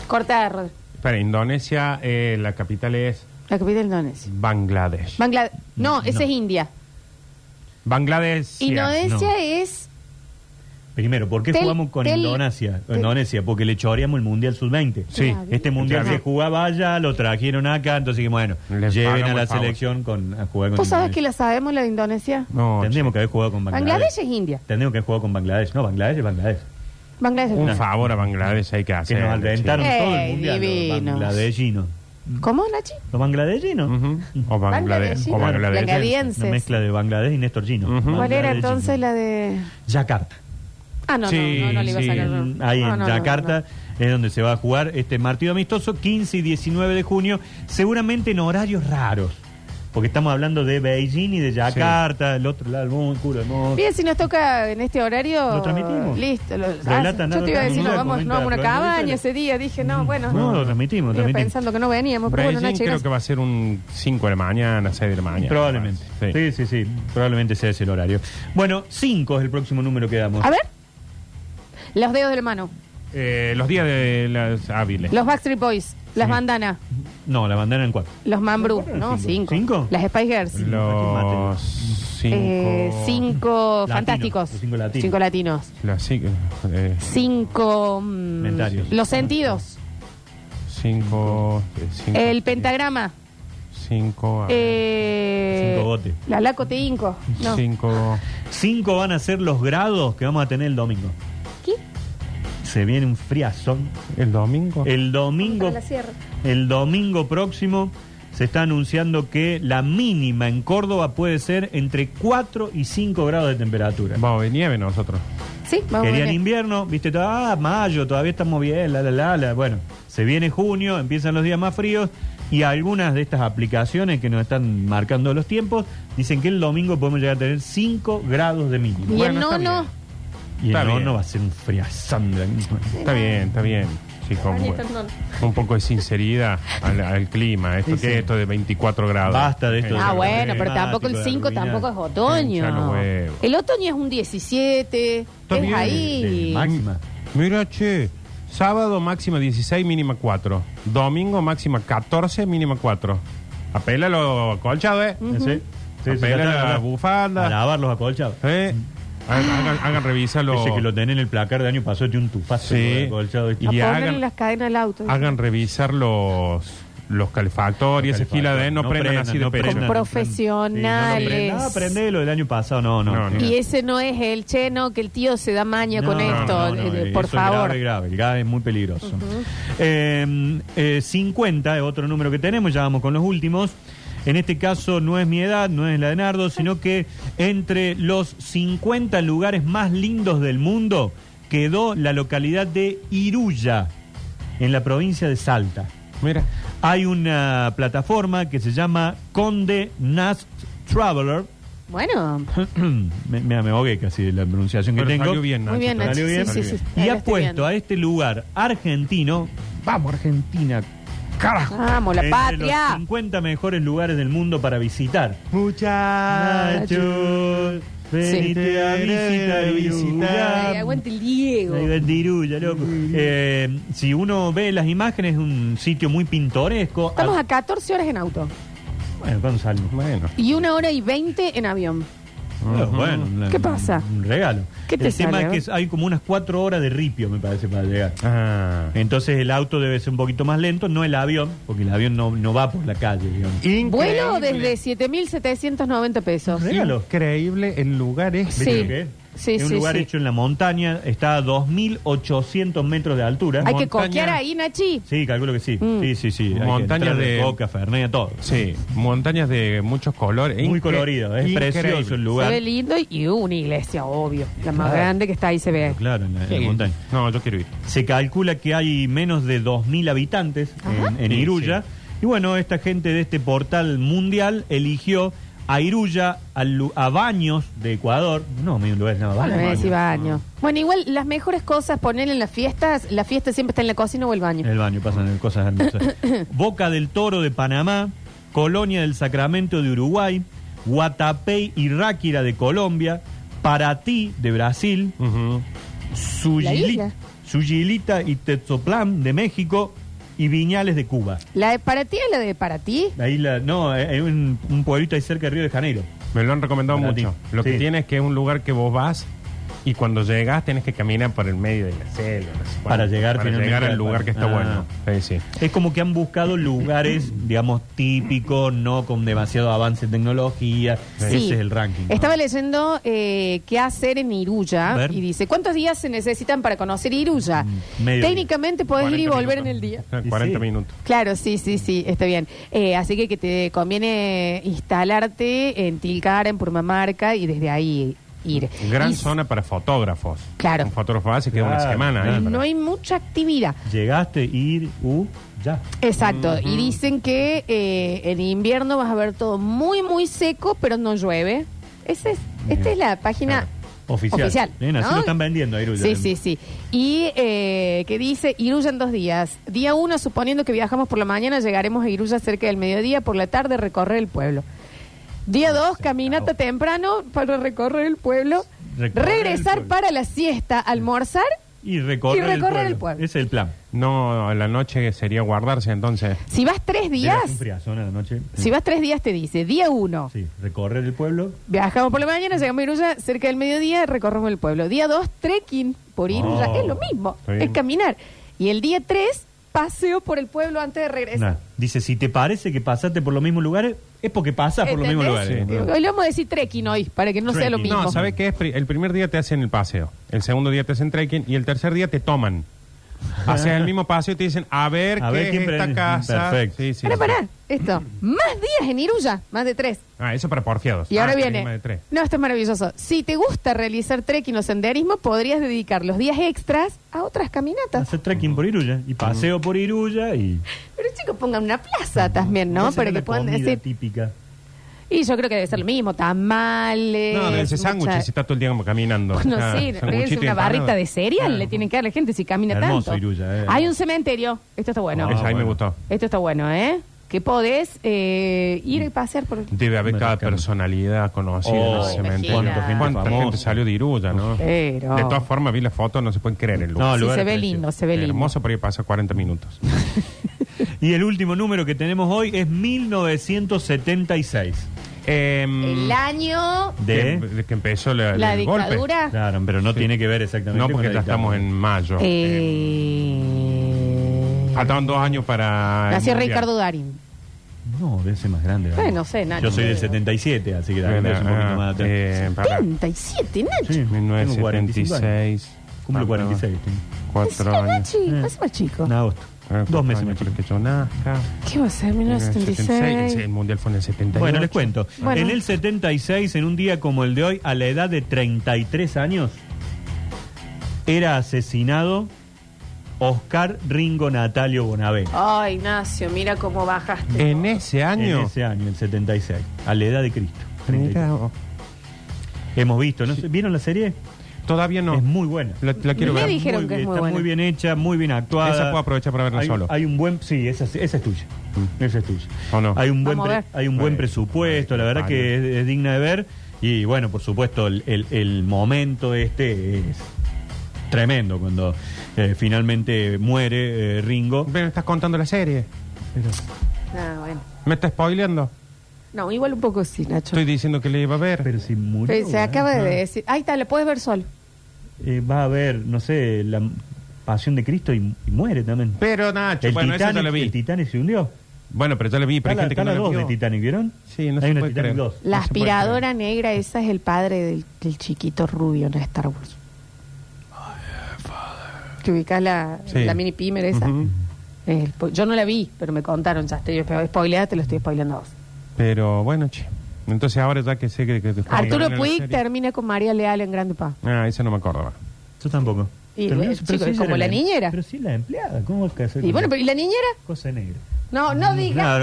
[SPEAKER 1] Cortar.
[SPEAKER 3] Para Indonesia, eh, la capital es
[SPEAKER 1] La capital no es.
[SPEAKER 3] Bangladesh.
[SPEAKER 1] Bangladesh. No,
[SPEAKER 2] No.
[SPEAKER 1] esa es India.
[SPEAKER 3] Bangladesh.
[SPEAKER 1] Indonesia
[SPEAKER 2] no.
[SPEAKER 1] es.
[SPEAKER 2] Primero, ¿por qué
[SPEAKER 1] Tel-
[SPEAKER 2] jugamos con
[SPEAKER 1] tel-
[SPEAKER 2] Indonesia?
[SPEAKER 1] tel-
[SPEAKER 2] Indonesia, porque le choreamos el Mundial sub-20.
[SPEAKER 3] Sí.
[SPEAKER 2] Este mundial
[SPEAKER 3] Ya
[SPEAKER 2] se
[SPEAKER 3] vi.
[SPEAKER 2] jugaba allá, lo trajeron acá, entonces que bueno,
[SPEAKER 3] Les
[SPEAKER 2] lleven
[SPEAKER 3] pagamos
[SPEAKER 2] a la
[SPEAKER 3] el favor.
[SPEAKER 2] selección con, a jugar con
[SPEAKER 1] ¿Vos sabés que
[SPEAKER 2] Indonesia.
[SPEAKER 1] la sabemos la de Indonesia?
[SPEAKER 3] No,
[SPEAKER 2] Tendríamos que haber jugado con Bangladesh.
[SPEAKER 1] Bangladesh es India.
[SPEAKER 2] Tendríamos que haber jugado con Bangladesh. No, Bangladesh es Bangladesh.
[SPEAKER 1] Bangladesh es
[SPEAKER 3] Un
[SPEAKER 1] India.
[SPEAKER 3] favor a Bangladesh hay que
[SPEAKER 2] Que
[SPEAKER 3] hacer.
[SPEAKER 2] nos alentaron
[SPEAKER 1] sí.
[SPEAKER 2] todo el
[SPEAKER 1] Ey,
[SPEAKER 2] mundial.
[SPEAKER 1] divinos.
[SPEAKER 2] Los bangladeshinos.
[SPEAKER 1] ¿Cómo, Nachi?
[SPEAKER 2] ¿Los bangladeshinos?
[SPEAKER 3] Ujú. O Bangladesh. O
[SPEAKER 1] Bangladesh.
[SPEAKER 3] Bangladesh.
[SPEAKER 1] Bangladesh.
[SPEAKER 2] Una mezcla de Bangladesh y Néstor Gino.
[SPEAKER 3] Ujú.
[SPEAKER 1] ¿Cuál era
[SPEAKER 2] Bangladeshinos.
[SPEAKER 1] entonces la de.?
[SPEAKER 2] Yakarta.
[SPEAKER 1] Ah, no,
[SPEAKER 3] Sí,
[SPEAKER 1] no, no, no le iba a
[SPEAKER 3] sí.
[SPEAKER 1] sacar.
[SPEAKER 2] En-
[SPEAKER 1] no.
[SPEAKER 2] ahí
[SPEAKER 1] No,
[SPEAKER 2] en
[SPEAKER 1] no, no,
[SPEAKER 2] Yakarta
[SPEAKER 1] no.
[SPEAKER 2] es donde se va a jugar este partido amistoso 15 y 19 de junio, seguramente en horarios raros. Porque estamos hablando de Beijing y de Yakarta, el otro lado del mundo, culo del mundo.
[SPEAKER 1] Bien, si nos toca en este horario.
[SPEAKER 2] ¿Lo transmitimos?
[SPEAKER 1] Listo. lo- ah,
[SPEAKER 2] Relatan
[SPEAKER 1] yo te
[SPEAKER 2] algo
[SPEAKER 1] iba a decir,
[SPEAKER 2] también.
[SPEAKER 1] no,
[SPEAKER 2] Lo
[SPEAKER 1] vamos,
[SPEAKER 2] comenta
[SPEAKER 1] no vamos a una
[SPEAKER 2] Fernando
[SPEAKER 1] cabaña
[SPEAKER 2] Vitale.
[SPEAKER 1] ese día. Dije, no, bueno.
[SPEAKER 2] Mm. No, lo transmitimos,
[SPEAKER 1] Iba
[SPEAKER 2] transmitimos.
[SPEAKER 1] pensando que no veníamos, pero bueno,
[SPEAKER 3] Beijing
[SPEAKER 1] Nachi,
[SPEAKER 3] creo
[SPEAKER 1] gracias.
[SPEAKER 3] que va a ser un 5 de la mañana, 6 de la mañana.
[SPEAKER 2] Probablemente.
[SPEAKER 3] Sí.
[SPEAKER 2] Sí. sí, sí, Probablemente sea ese el horario. Bueno, 5 es el próximo número que damos.
[SPEAKER 1] A ver. Los dedos de la mano.
[SPEAKER 3] Eh, los días de las hábiles.
[SPEAKER 1] Los Backstreet Boys. Las bandanas.
[SPEAKER 2] No, la bandera en 4.
[SPEAKER 1] Los Mambrú.
[SPEAKER 2] ¿Cuatro o
[SPEAKER 1] No,
[SPEAKER 2] cinco?
[SPEAKER 1] cinco.
[SPEAKER 2] ¿Cinco?
[SPEAKER 1] Las Spice Girls.
[SPEAKER 3] Los
[SPEAKER 1] Eh,
[SPEAKER 3] 5.
[SPEAKER 1] cinco
[SPEAKER 2] Latinos,
[SPEAKER 1] fantásticos.
[SPEAKER 2] los cinco latinos.
[SPEAKER 1] Cinco latinos.
[SPEAKER 3] Los 5. eh,
[SPEAKER 1] Cinco. mm,
[SPEAKER 2] Inventarios.
[SPEAKER 1] los sentidos.
[SPEAKER 3] 5.
[SPEAKER 1] El pentagrama.
[SPEAKER 3] 5.
[SPEAKER 1] Eh,
[SPEAKER 2] Cinco botes.
[SPEAKER 1] La laco te inco. No.
[SPEAKER 3] 5.
[SPEAKER 2] 5 van a ser los grados que vamos a tener el domingo.
[SPEAKER 1] ¿Qué?
[SPEAKER 2] Se viene un friazón.
[SPEAKER 3] ¿El domingo?
[SPEAKER 2] El
[SPEAKER 1] Vamos
[SPEAKER 2] domingo,
[SPEAKER 1] para la sierra.
[SPEAKER 2] el domingo próximo se está anunciando que la mínima en Córdoba puede ser entre 4 y 5 grados de temperatura.
[SPEAKER 3] Vamos de nieve nosotros.
[SPEAKER 1] Sí, vamos
[SPEAKER 2] Querían
[SPEAKER 1] bien.
[SPEAKER 2] invierno, viste, to- ah, mayo, todavía estamos bien, la, la, la, la. Bueno, se viene junio, empiezan los días más fríos y algunas de estas aplicaciones que nos están marcando los tiempos dicen que el domingo podemos llegar a tener 5 grados de
[SPEAKER 1] Y
[SPEAKER 2] mínimo.
[SPEAKER 1] el
[SPEAKER 3] Bueno, está
[SPEAKER 1] nono.
[SPEAKER 3] bien.
[SPEAKER 2] Y
[SPEAKER 3] Está
[SPEAKER 2] el
[SPEAKER 3] bien.
[SPEAKER 2] no va a ser un friazón de la misma.
[SPEAKER 3] Está bien, está bien. Chicos,
[SPEAKER 1] Bañito
[SPEAKER 3] bueno,
[SPEAKER 1] en
[SPEAKER 3] un poco de sinceridad al, al clima. Esto
[SPEAKER 2] Sí, sí.
[SPEAKER 3] que es esto de 24 grados. Eh,
[SPEAKER 2] Basta de esto de
[SPEAKER 1] Ah,
[SPEAKER 2] Pero
[SPEAKER 1] bueno,
[SPEAKER 2] es
[SPEAKER 1] pero tampoco el
[SPEAKER 2] dramático de
[SPEAKER 1] 5
[SPEAKER 2] arruinar.
[SPEAKER 1] tampoco es
[SPEAKER 3] Hincha los
[SPEAKER 1] otoño.
[SPEAKER 3] huevos.
[SPEAKER 1] El otoño es un 17, es
[SPEAKER 3] bien.
[SPEAKER 1] ahí.
[SPEAKER 2] De- de- Máxima.
[SPEAKER 3] Mira, che. Sábado máxima 16, mínima 4.
[SPEAKER 1] Mm.
[SPEAKER 3] Domingo máxima 14, mínima 4. Apélalo colchado, ¿eh?
[SPEAKER 2] ¿Sí? Sí,
[SPEAKER 3] a
[SPEAKER 2] sí,
[SPEAKER 3] pegar
[SPEAKER 2] ya está,
[SPEAKER 3] la
[SPEAKER 2] ya.
[SPEAKER 3] bufanda.
[SPEAKER 2] A lavar los acolchados.
[SPEAKER 3] ¿eh? Hagan, hagan- hagan revisar los-
[SPEAKER 2] Dice que lo tenés en el placar de año pasado de un tufazo
[SPEAKER 3] Sí.
[SPEAKER 2] de acolchado.
[SPEAKER 3] Y
[SPEAKER 1] a
[SPEAKER 2] este.
[SPEAKER 1] ponerle
[SPEAKER 3] hagan-
[SPEAKER 1] las cadenas al auto.
[SPEAKER 3] hagan revisar los, los calefactores y esa fila de no, prendan, así de
[SPEAKER 2] no
[SPEAKER 3] pecho.
[SPEAKER 2] prendan,
[SPEAKER 1] Con
[SPEAKER 2] no prendan. Sí, no, no
[SPEAKER 1] profesionales.
[SPEAKER 2] prendan. Ah, prende lo del año pasado. No, no.
[SPEAKER 3] No, no.
[SPEAKER 1] Y ese no es el che, no, que el tío se da maña con
[SPEAKER 2] No,
[SPEAKER 1] esto.
[SPEAKER 2] no, no,
[SPEAKER 1] eh,
[SPEAKER 2] eh,
[SPEAKER 1] por
[SPEAKER 2] eso
[SPEAKER 1] favor.
[SPEAKER 2] Es grave, grave, grave, es muy peligroso. Eh, eh, 50 es otro número que tenemos, ya vamos con los últimos. En este caso no es mi edad, no es la de Nardo, sino que entre los 50 lugares más lindos del mundo quedó la localidad de Iruya, en la provincia de Salta.
[SPEAKER 3] Mira,
[SPEAKER 2] Hay una plataforma que se llama Conde Nast Traveler.
[SPEAKER 1] Bueno,
[SPEAKER 2] me, me, me ahogué casi de la pronunciación que
[SPEAKER 3] pero
[SPEAKER 2] tengo.
[SPEAKER 3] salió bien,
[SPEAKER 1] muy bien,
[SPEAKER 2] Nacho, salió
[SPEAKER 1] Nacho. Sí,
[SPEAKER 2] bien,
[SPEAKER 1] sí,
[SPEAKER 3] salió
[SPEAKER 1] sí,
[SPEAKER 3] bien.
[SPEAKER 1] ahí
[SPEAKER 2] Y
[SPEAKER 1] lo
[SPEAKER 2] ha
[SPEAKER 1] estoy
[SPEAKER 2] puesto
[SPEAKER 1] viendo.
[SPEAKER 2] a este lugar argentino, vamos Argentina, carajo.
[SPEAKER 1] Vamos, la
[SPEAKER 2] entre Los
[SPEAKER 1] patria.
[SPEAKER 2] 50 mejores lugares del mundo para visitar.
[SPEAKER 1] Nacho,
[SPEAKER 2] Muchachos, venite a visitar,
[SPEAKER 1] Ay,
[SPEAKER 2] visitar.
[SPEAKER 1] Eh, aguante el Diego.
[SPEAKER 2] Ahí va el Diruya, loco. Eh, si uno ve las imágenes, es un sitio muy pintoresco.
[SPEAKER 1] Estamos
[SPEAKER 2] Ah,
[SPEAKER 1] a 14 horas en auto
[SPEAKER 2] Bueno, ¿cuándo salimos?
[SPEAKER 3] Bueno.
[SPEAKER 1] y una hora y 20 en avión.
[SPEAKER 2] Bueno, bueno, una-
[SPEAKER 1] ¿Qué pasa?
[SPEAKER 2] Un regalo.
[SPEAKER 1] ¿Qué te
[SPEAKER 2] el tema es
[SPEAKER 1] sale, eh? a
[SPEAKER 2] que
[SPEAKER 1] ver?
[SPEAKER 2] es- hay como unas cuatro horas de ripio, me parece, para llegar.
[SPEAKER 3] Ah.
[SPEAKER 2] Entonces el auto debe ser un poquito más lento, no el avión, porque el avión no, no va por la calle. digamos.
[SPEAKER 1] Vuelo desde 7.790 pesos.
[SPEAKER 2] Sí. Regalo.
[SPEAKER 3] Increíble el lugar es.
[SPEAKER 2] ¿Viste
[SPEAKER 1] Sí.
[SPEAKER 2] lo que es?
[SPEAKER 1] Sí,
[SPEAKER 2] es un
[SPEAKER 1] sí,
[SPEAKER 2] lugar
[SPEAKER 1] sí.
[SPEAKER 2] hecho en la montaña, está a 2.800 metros de altura.
[SPEAKER 1] Hay que
[SPEAKER 3] Montaña.
[SPEAKER 1] coquear ahí, Nachi.
[SPEAKER 2] Sí, calculo que sí.
[SPEAKER 1] Mm.
[SPEAKER 2] Sí, sí, sí. Hay que
[SPEAKER 3] Montaña
[SPEAKER 2] entrar
[SPEAKER 3] de-
[SPEAKER 2] Coca, Fernet, todo.
[SPEAKER 3] Sí, montañas de muchos colores.
[SPEAKER 2] Muy
[SPEAKER 3] Incre-
[SPEAKER 2] colorido, es
[SPEAKER 3] increíble.
[SPEAKER 2] precioso el
[SPEAKER 1] Se
[SPEAKER 2] lugar.
[SPEAKER 1] ve lindo y una iglesia, obvio. La más
[SPEAKER 2] Claro.
[SPEAKER 1] grande que está ahí se ve.
[SPEAKER 2] Claro, en la, en la
[SPEAKER 3] Sí.
[SPEAKER 2] montaña.
[SPEAKER 3] No, yo quiero ir.
[SPEAKER 2] Se calcula que hay menos de 2.000 habitantes en, en
[SPEAKER 3] Sí,
[SPEAKER 2] Iruya. Y bueno, esta gente de este portal mundial eligió a Iruya, a, Lu- a Baños de Ecuador. No, mi lugar es nada,
[SPEAKER 1] Bueno,
[SPEAKER 2] Baños.
[SPEAKER 1] me decís baño. Bueno, igual las mejores cosas poner en las fiestas, la fiesta siempre está en la cocina o el
[SPEAKER 2] En
[SPEAKER 1] baño.
[SPEAKER 2] el baño pasan cosas hermosas. Boca del Toro de Panamá, Colonia del Sacramento de Uruguay, Guatapé y Ráquira de Colombia, Paraty de Brasil,
[SPEAKER 3] Ujú.
[SPEAKER 1] La
[SPEAKER 2] Suyili-
[SPEAKER 1] isla.
[SPEAKER 2] Suyilita y Tetzoplán de México y Viñales de Cuba.
[SPEAKER 1] La de para ti es la de para ti.
[SPEAKER 2] La isla, no, eh, hay un, un pueblito ahí cerca de Río de Janeiro.
[SPEAKER 3] Me lo han recomendado
[SPEAKER 2] Para
[SPEAKER 3] mucho.
[SPEAKER 2] ti.
[SPEAKER 3] Lo
[SPEAKER 2] Sí.
[SPEAKER 3] que tiene es que es un lugar que vos vas y cuando llegas tenés que caminar por el medio de la selva. no sé cuánto,
[SPEAKER 2] Para llegar
[SPEAKER 3] para
[SPEAKER 2] finalmente
[SPEAKER 3] llegar al
[SPEAKER 2] al
[SPEAKER 3] lugar que está
[SPEAKER 2] parque. Ah.
[SPEAKER 3] bueno. Sí, sí.
[SPEAKER 2] Es como que han buscado lugares, digamos, típicos, no con demasiado avance en tecnología. Ese es el ranking. ¿no?
[SPEAKER 1] Estaba leyendo eh, qué hacer en
[SPEAKER 2] A
[SPEAKER 1] Iruya
[SPEAKER 2] ver.
[SPEAKER 1] y dice, ¿cuántos días se necesitan para conocer Iruya?
[SPEAKER 2] Mm, medio día.
[SPEAKER 1] Técnicamente podés ir y
[SPEAKER 3] 40
[SPEAKER 1] volver en
[SPEAKER 3] minutos.
[SPEAKER 1] el día.
[SPEAKER 3] Ah,
[SPEAKER 2] Y
[SPEAKER 3] 40
[SPEAKER 2] sí.
[SPEAKER 3] minutos.
[SPEAKER 1] Claro, sí, sí, sí, está bien. Eh, así que, que te conviene instalarte en Tilcara, en Purmamarca y desde ahí ir.
[SPEAKER 3] Gran
[SPEAKER 1] Y s-
[SPEAKER 3] zona para fotógrafos.
[SPEAKER 1] Claro.
[SPEAKER 3] Un fotógrafo hace que una
[SPEAKER 2] Claro,
[SPEAKER 3] semana.
[SPEAKER 2] claro.
[SPEAKER 3] ¿eh?
[SPEAKER 1] y
[SPEAKER 3] Para-
[SPEAKER 1] No hay mucha actividad.
[SPEAKER 2] Llegaste, ir, u, ya.
[SPEAKER 1] Exacto, y dicen que eh, en invierno vas a ver todo muy, muy seco, pero no llueve. Ese es, esta es la página
[SPEAKER 2] Oficial.
[SPEAKER 1] Oficial,
[SPEAKER 2] Bien, así
[SPEAKER 1] ¿no?
[SPEAKER 2] lo están vendiendo a Iruya.
[SPEAKER 1] Sí, sí, sí. Y eh, que dice Iruya en dos días. Día uno, suponiendo que viajamos por la mañana, llegaremos a Iruya cerca del mediodía, por la tarde recorrer el pueblo. Día dos, caminata temprano para recorrer el pueblo.
[SPEAKER 2] Recorrer
[SPEAKER 1] regresar
[SPEAKER 2] el pueblo.
[SPEAKER 1] para la siesta, almorzar.
[SPEAKER 2] Y recorrer,
[SPEAKER 1] Y recorrer el
[SPEAKER 2] el, pueblo.
[SPEAKER 1] pueblo.
[SPEAKER 2] Ese es el plan.
[SPEAKER 3] No, la noche sería guardarse entonces.
[SPEAKER 1] Si vas tres días,
[SPEAKER 2] Llegas un friazón a la noche.
[SPEAKER 1] si vas tres días te dice, día uno,
[SPEAKER 2] Sí, recorrer el pueblo.
[SPEAKER 1] viajamos por la mañana, llegamos a Iruya cerca del mediodía, recorremos el pueblo. Día dos, trekking por Iruya.
[SPEAKER 2] Oh,
[SPEAKER 1] es lo mismo,
[SPEAKER 3] está bien.
[SPEAKER 1] es caminar. Y el día tres, paseo por el pueblo antes de regresar.
[SPEAKER 2] Nah, Dice, si te parece que pasaste por los mismos lugares, es porque pasas por los mismos
[SPEAKER 1] ¿Entendés?
[SPEAKER 2] lugares.
[SPEAKER 3] lugar,
[SPEAKER 1] Sí. Hoy le vamos a decir trekking hoy, para que no sea lo
[SPEAKER 2] Trekking.
[SPEAKER 1] mismo.
[SPEAKER 3] No, ¿sabes qué? Es pri- el primer día te hacen el paseo, el segundo día te hacen trekking y el tercer día te toman. Haces el mismo paseo y te dicen, a ver
[SPEAKER 2] A
[SPEAKER 3] qué
[SPEAKER 2] ver
[SPEAKER 3] es
[SPEAKER 2] quién
[SPEAKER 3] esta
[SPEAKER 2] prende.
[SPEAKER 3] casa.
[SPEAKER 2] Perfecto.
[SPEAKER 3] Sí, sí,
[SPEAKER 1] Pará,
[SPEAKER 3] sí.
[SPEAKER 1] pará, esto. Más días en Iruya, más de tres.
[SPEAKER 3] Ah, eso para porfiados.
[SPEAKER 1] Y ahora
[SPEAKER 3] Ah, clima de
[SPEAKER 1] viene.
[SPEAKER 3] tres.
[SPEAKER 1] No, esto es maravilloso. Si te gusta realizar trekking o senderismo, podrías dedicar los días extras a otras
[SPEAKER 3] Ah,
[SPEAKER 1] caminatas.
[SPEAKER 2] Hacer trekking por Iruya y paseo por Iruya y...
[SPEAKER 1] Pero chicos, pongan una plaza también,
[SPEAKER 2] ¿Cuál
[SPEAKER 1] ¿no?
[SPEAKER 2] será
[SPEAKER 1] Para que
[SPEAKER 2] la
[SPEAKER 1] puedan
[SPEAKER 2] comida
[SPEAKER 1] decir.
[SPEAKER 2] típica.
[SPEAKER 1] Y yo creo que debe ser lo mismo, tamales.
[SPEAKER 3] No, de ese
[SPEAKER 1] mucha-
[SPEAKER 3] sándwich, si está todo el día como caminando.
[SPEAKER 1] No
[SPEAKER 3] Ah,
[SPEAKER 1] eh, sí,
[SPEAKER 3] sanguchito
[SPEAKER 1] regrese
[SPEAKER 3] y
[SPEAKER 1] una
[SPEAKER 3] empanada.
[SPEAKER 1] barrita de cereal,
[SPEAKER 3] Claro.
[SPEAKER 1] le tienen que dar a la gente si camina
[SPEAKER 2] Hermoso
[SPEAKER 1] tanto.
[SPEAKER 2] Iruya, eh.
[SPEAKER 1] Hay un cementerio. Esto está bueno.
[SPEAKER 3] Ese ahí me
[SPEAKER 2] bueno.
[SPEAKER 3] gustó.
[SPEAKER 1] Esto está bueno, ¿eh? Que podés eh, ir y pasear por...
[SPEAKER 3] Debe haber
[SPEAKER 2] Me
[SPEAKER 3] cada
[SPEAKER 2] encanta.
[SPEAKER 3] personalidad conocida en
[SPEAKER 2] Oh,
[SPEAKER 3] el cementerio.
[SPEAKER 1] imagina.
[SPEAKER 3] ¿Cuánta gente,
[SPEAKER 2] Cuánta gente
[SPEAKER 3] salió de Iruya, no?
[SPEAKER 1] Pero-
[SPEAKER 3] De todas formas, vi las fotos, no se pueden creer el
[SPEAKER 2] No,
[SPEAKER 3] lugar.
[SPEAKER 1] Sí,
[SPEAKER 2] lugar
[SPEAKER 1] se ve
[SPEAKER 2] precioso.
[SPEAKER 1] lindo, se ve lindo.
[SPEAKER 3] Hermoso, pero ahí pasa 40 minutos.
[SPEAKER 2] Y el último número que tenemos hoy es 1976.
[SPEAKER 3] Em,
[SPEAKER 1] El año,
[SPEAKER 3] que,
[SPEAKER 2] em, de...
[SPEAKER 3] de que empezó la,
[SPEAKER 1] la
[SPEAKER 3] el golpe.
[SPEAKER 1] dictadura.
[SPEAKER 2] Claro, pero no
[SPEAKER 3] Sí.
[SPEAKER 2] tiene que ver exactamente
[SPEAKER 3] No,
[SPEAKER 2] con
[SPEAKER 3] porque
[SPEAKER 2] la
[SPEAKER 3] ya
[SPEAKER 2] dictadura.
[SPEAKER 3] estamos en mayo.
[SPEAKER 1] Eh,
[SPEAKER 3] Em, faltaban dos años para. el
[SPEAKER 1] nació
[SPEAKER 3] Mundial.
[SPEAKER 1] Ricardo Darín.
[SPEAKER 2] No, debe ser más grande. ¿verdad?
[SPEAKER 1] Eh, no sé, Nacho.
[SPEAKER 2] Yo soy del 77, así que también es un poquito
[SPEAKER 3] Ah,
[SPEAKER 2] más atrás.
[SPEAKER 3] eh, para-
[SPEAKER 1] 37, Nacho.
[SPEAKER 2] Sí, tengo 45 años.
[SPEAKER 3] 1976.
[SPEAKER 2] Cumplo 46. tengo.
[SPEAKER 3] Cuatro
[SPEAKER 1] Sí,
[SPEAKER 3] años.
[SPEAKER 1] Nachi,
[SPEAKER 2] Eh.
[SPEAKER 1] hace más chico.
[SPEAKER 2] En agosto.
[SPEAKER 3] Ah,
[SPEAKER 2] Dos
[SPEAKER 3] cuatro
[SPEAKER 2] meses
[SPEAKER 3] años
[SPEAKER 2] más
[SPEAKER 3] para
[SPEAKER 2] chico.
[SPEAKER 3] que yo nazca.
[SPEAKER 1] ¿Qué va a ser?
[SPEAKER 3] Sí, El
[SPEAKER 1] 1976.
[SPEAKER 3] mundial fue en el 78.
[SPEAKER 2] Bueno, les cuento.
[SPEAKER 1] Bueno.
[SPEAKER 2] En el 76, en un día como el de hoy, a la edad de 33 años, era asesinado Oscar Ringo Natalio Bonavé.
[SPEAKER 1] Ay, Ignacio, mira cómo bajaste.
[SPEAKER 3] En ese año.
[SPEAKER 2] En ese año, el 76, a la edad de Cristo. 33.
[SPEAKER 3] Mira, oh,
[SPEAKER 2] Hemos visto, ¿no? ¿Vieron la serie?
[SPEAKER 3] todavía no.
[SPEAKER 2] Es muy buena.
[SPEAKER 3] La, la quiero
[SPEAKER 1] Me
[SPEAKER 3] ver.
[SPEAKER 1] dije- dijeron que es
[SPEAKER 2] bien,
[SPEAKER 1] muy
[SPEAKER 2] está
[SPEAKER 1] buena.
[SPEAKER 2] muy bien hecha, muy bien actuada.
[SPEAKER 3] Esa puedo aprovechar para verla
[SPEAKER 2] hay,
[SPEAKER 3] solo. Mm.
[SPEAKER 2] Hay un buen, sí, esa, esa es tuya. Esa es tuya.
[SPEAKER 3] ¿O no?
[SPEAKER 2] Hay un buen,
[SPEAKER 1] Vamos a
[SPEAKER 2] pre-
[SPEAKER 1] ver.
[SPEAKER 2] hay un buen
[SPEAKER 3] Ay,
[SPEAKER 2] presupuesto,
[SPEAKER 3] ay,
[SPEAKER 2] la verdad
[SPEAKER 3] ay.
[SPEAKER 2] que es, es digna de ver. Y bueno, por supuesto, el, el- el momento este es tremendo cuando eh, finalmente muere eh, Ringo.
[SPEAKER 3] Pero estás contando la serie.
[SPEAKER 1] Ah, bueno.
[SPEAKER 3] ¿Me estás spoileando?
[SPEAKER 1] No, igual un poco sí, Nacho.
[SPEAKER 3] Estoy diciendo que le iba a ver.
[SPEAKER 2] Pero si murió.
[SPEAKER 1] Pero se
[SPEAKER 2] ¿eh?
[SPEAKER 1] acaba de
[SPEAKER 2] Ah.
[SPEAKER 1] decir. Ahí está, lo puedes ver solo.
[SPEAKER 2] Eh, va a haber, no sé, la pasión de Cristo y, y muere también.
[SPEAKER 3] Pero Nacho,
[SPEAKER 2] el,
[SPEAKER 3] bueno, eso ya
[SPEAKER 2] Titanic,
[SPEAKER 3] lo
[SPEAKER 2] el
[SPEAKER 3] vi.
[SPEAKER 2] Titanic se hundió.
[SPEAKER 3] Bueno, pero ya lo vi, pero
[SPEAKER 2] Está la,
[SPEAKER 3] hay gente que
[SPEAKER 2] está
[SPEAKER 3] no
[SPEAKER 2] la
[SPEAKER 3] lo
[SPEAKER 2] dos de
[SPEAKER 3] vio.
[SPEAKER 2] Titanic, ¿vieron?
[SPEAKER 3] Sí, no
[SPEAKER 2] Hay
[SPEAKER 3] se
[SPEAKER 2] una
[SPEAKER 3] puede
[SPEAKER 2] Titanic
[SPEAKER 3] creer.
[SPEAKER 2] 2.
[SPEAKER 3] No
[SPEAKER 1] La
[SPEAKER 3] se puede
[SPEAKER 1] aspiradora negra, esa es el padre del, del chiquito rubio en Star Wars. ¿Te ubicas la,
[SPEAKER 3] Sí.
[SPEAKER 1] la mini pimer esa?
[SPEAKER 3] Ujú.
[SPEAKER 1] Es el po- yo no la vi, pero me contaron ya. Estoy spoileada, te lo estoy spoileando a vos.
[SPEAKER 3] Pero bueno, che. Entonces ahora ya que sé que... que- que-
[SPEAKER 1] Arturo
[SPEAKER 3] que-
[SPEAKER 1] Puig termina con María Leal en Grande Pa.
[SPEAKER 3] Ah, eso no me acordaba.
[SPEAKER 2] Yo tampoco.
[SPEAKER 1] Y,
[SPEAKER 2] Pero
[SPEAKER 1] eh,
[SPEAKER 2] no,
[SPEAKER 1] chico,
[SPEAKER 2] pero
[SPEAKER 1] es
[SPEAKER 2] ella
[SPEAKER 1] como
[SPEAKER 2] era
[SPEAKER 1] la niñera.
[SPEAKER 2] Pero sí, la empleada. ¿Cómo es que hace
[SPEAKER 1] Y bueno, pero ¿y la niñera?
[SPEAKER 2] Cosa negra.
[SPEAKER 1] No, no
[SPEAKER 2] Mm, Claro,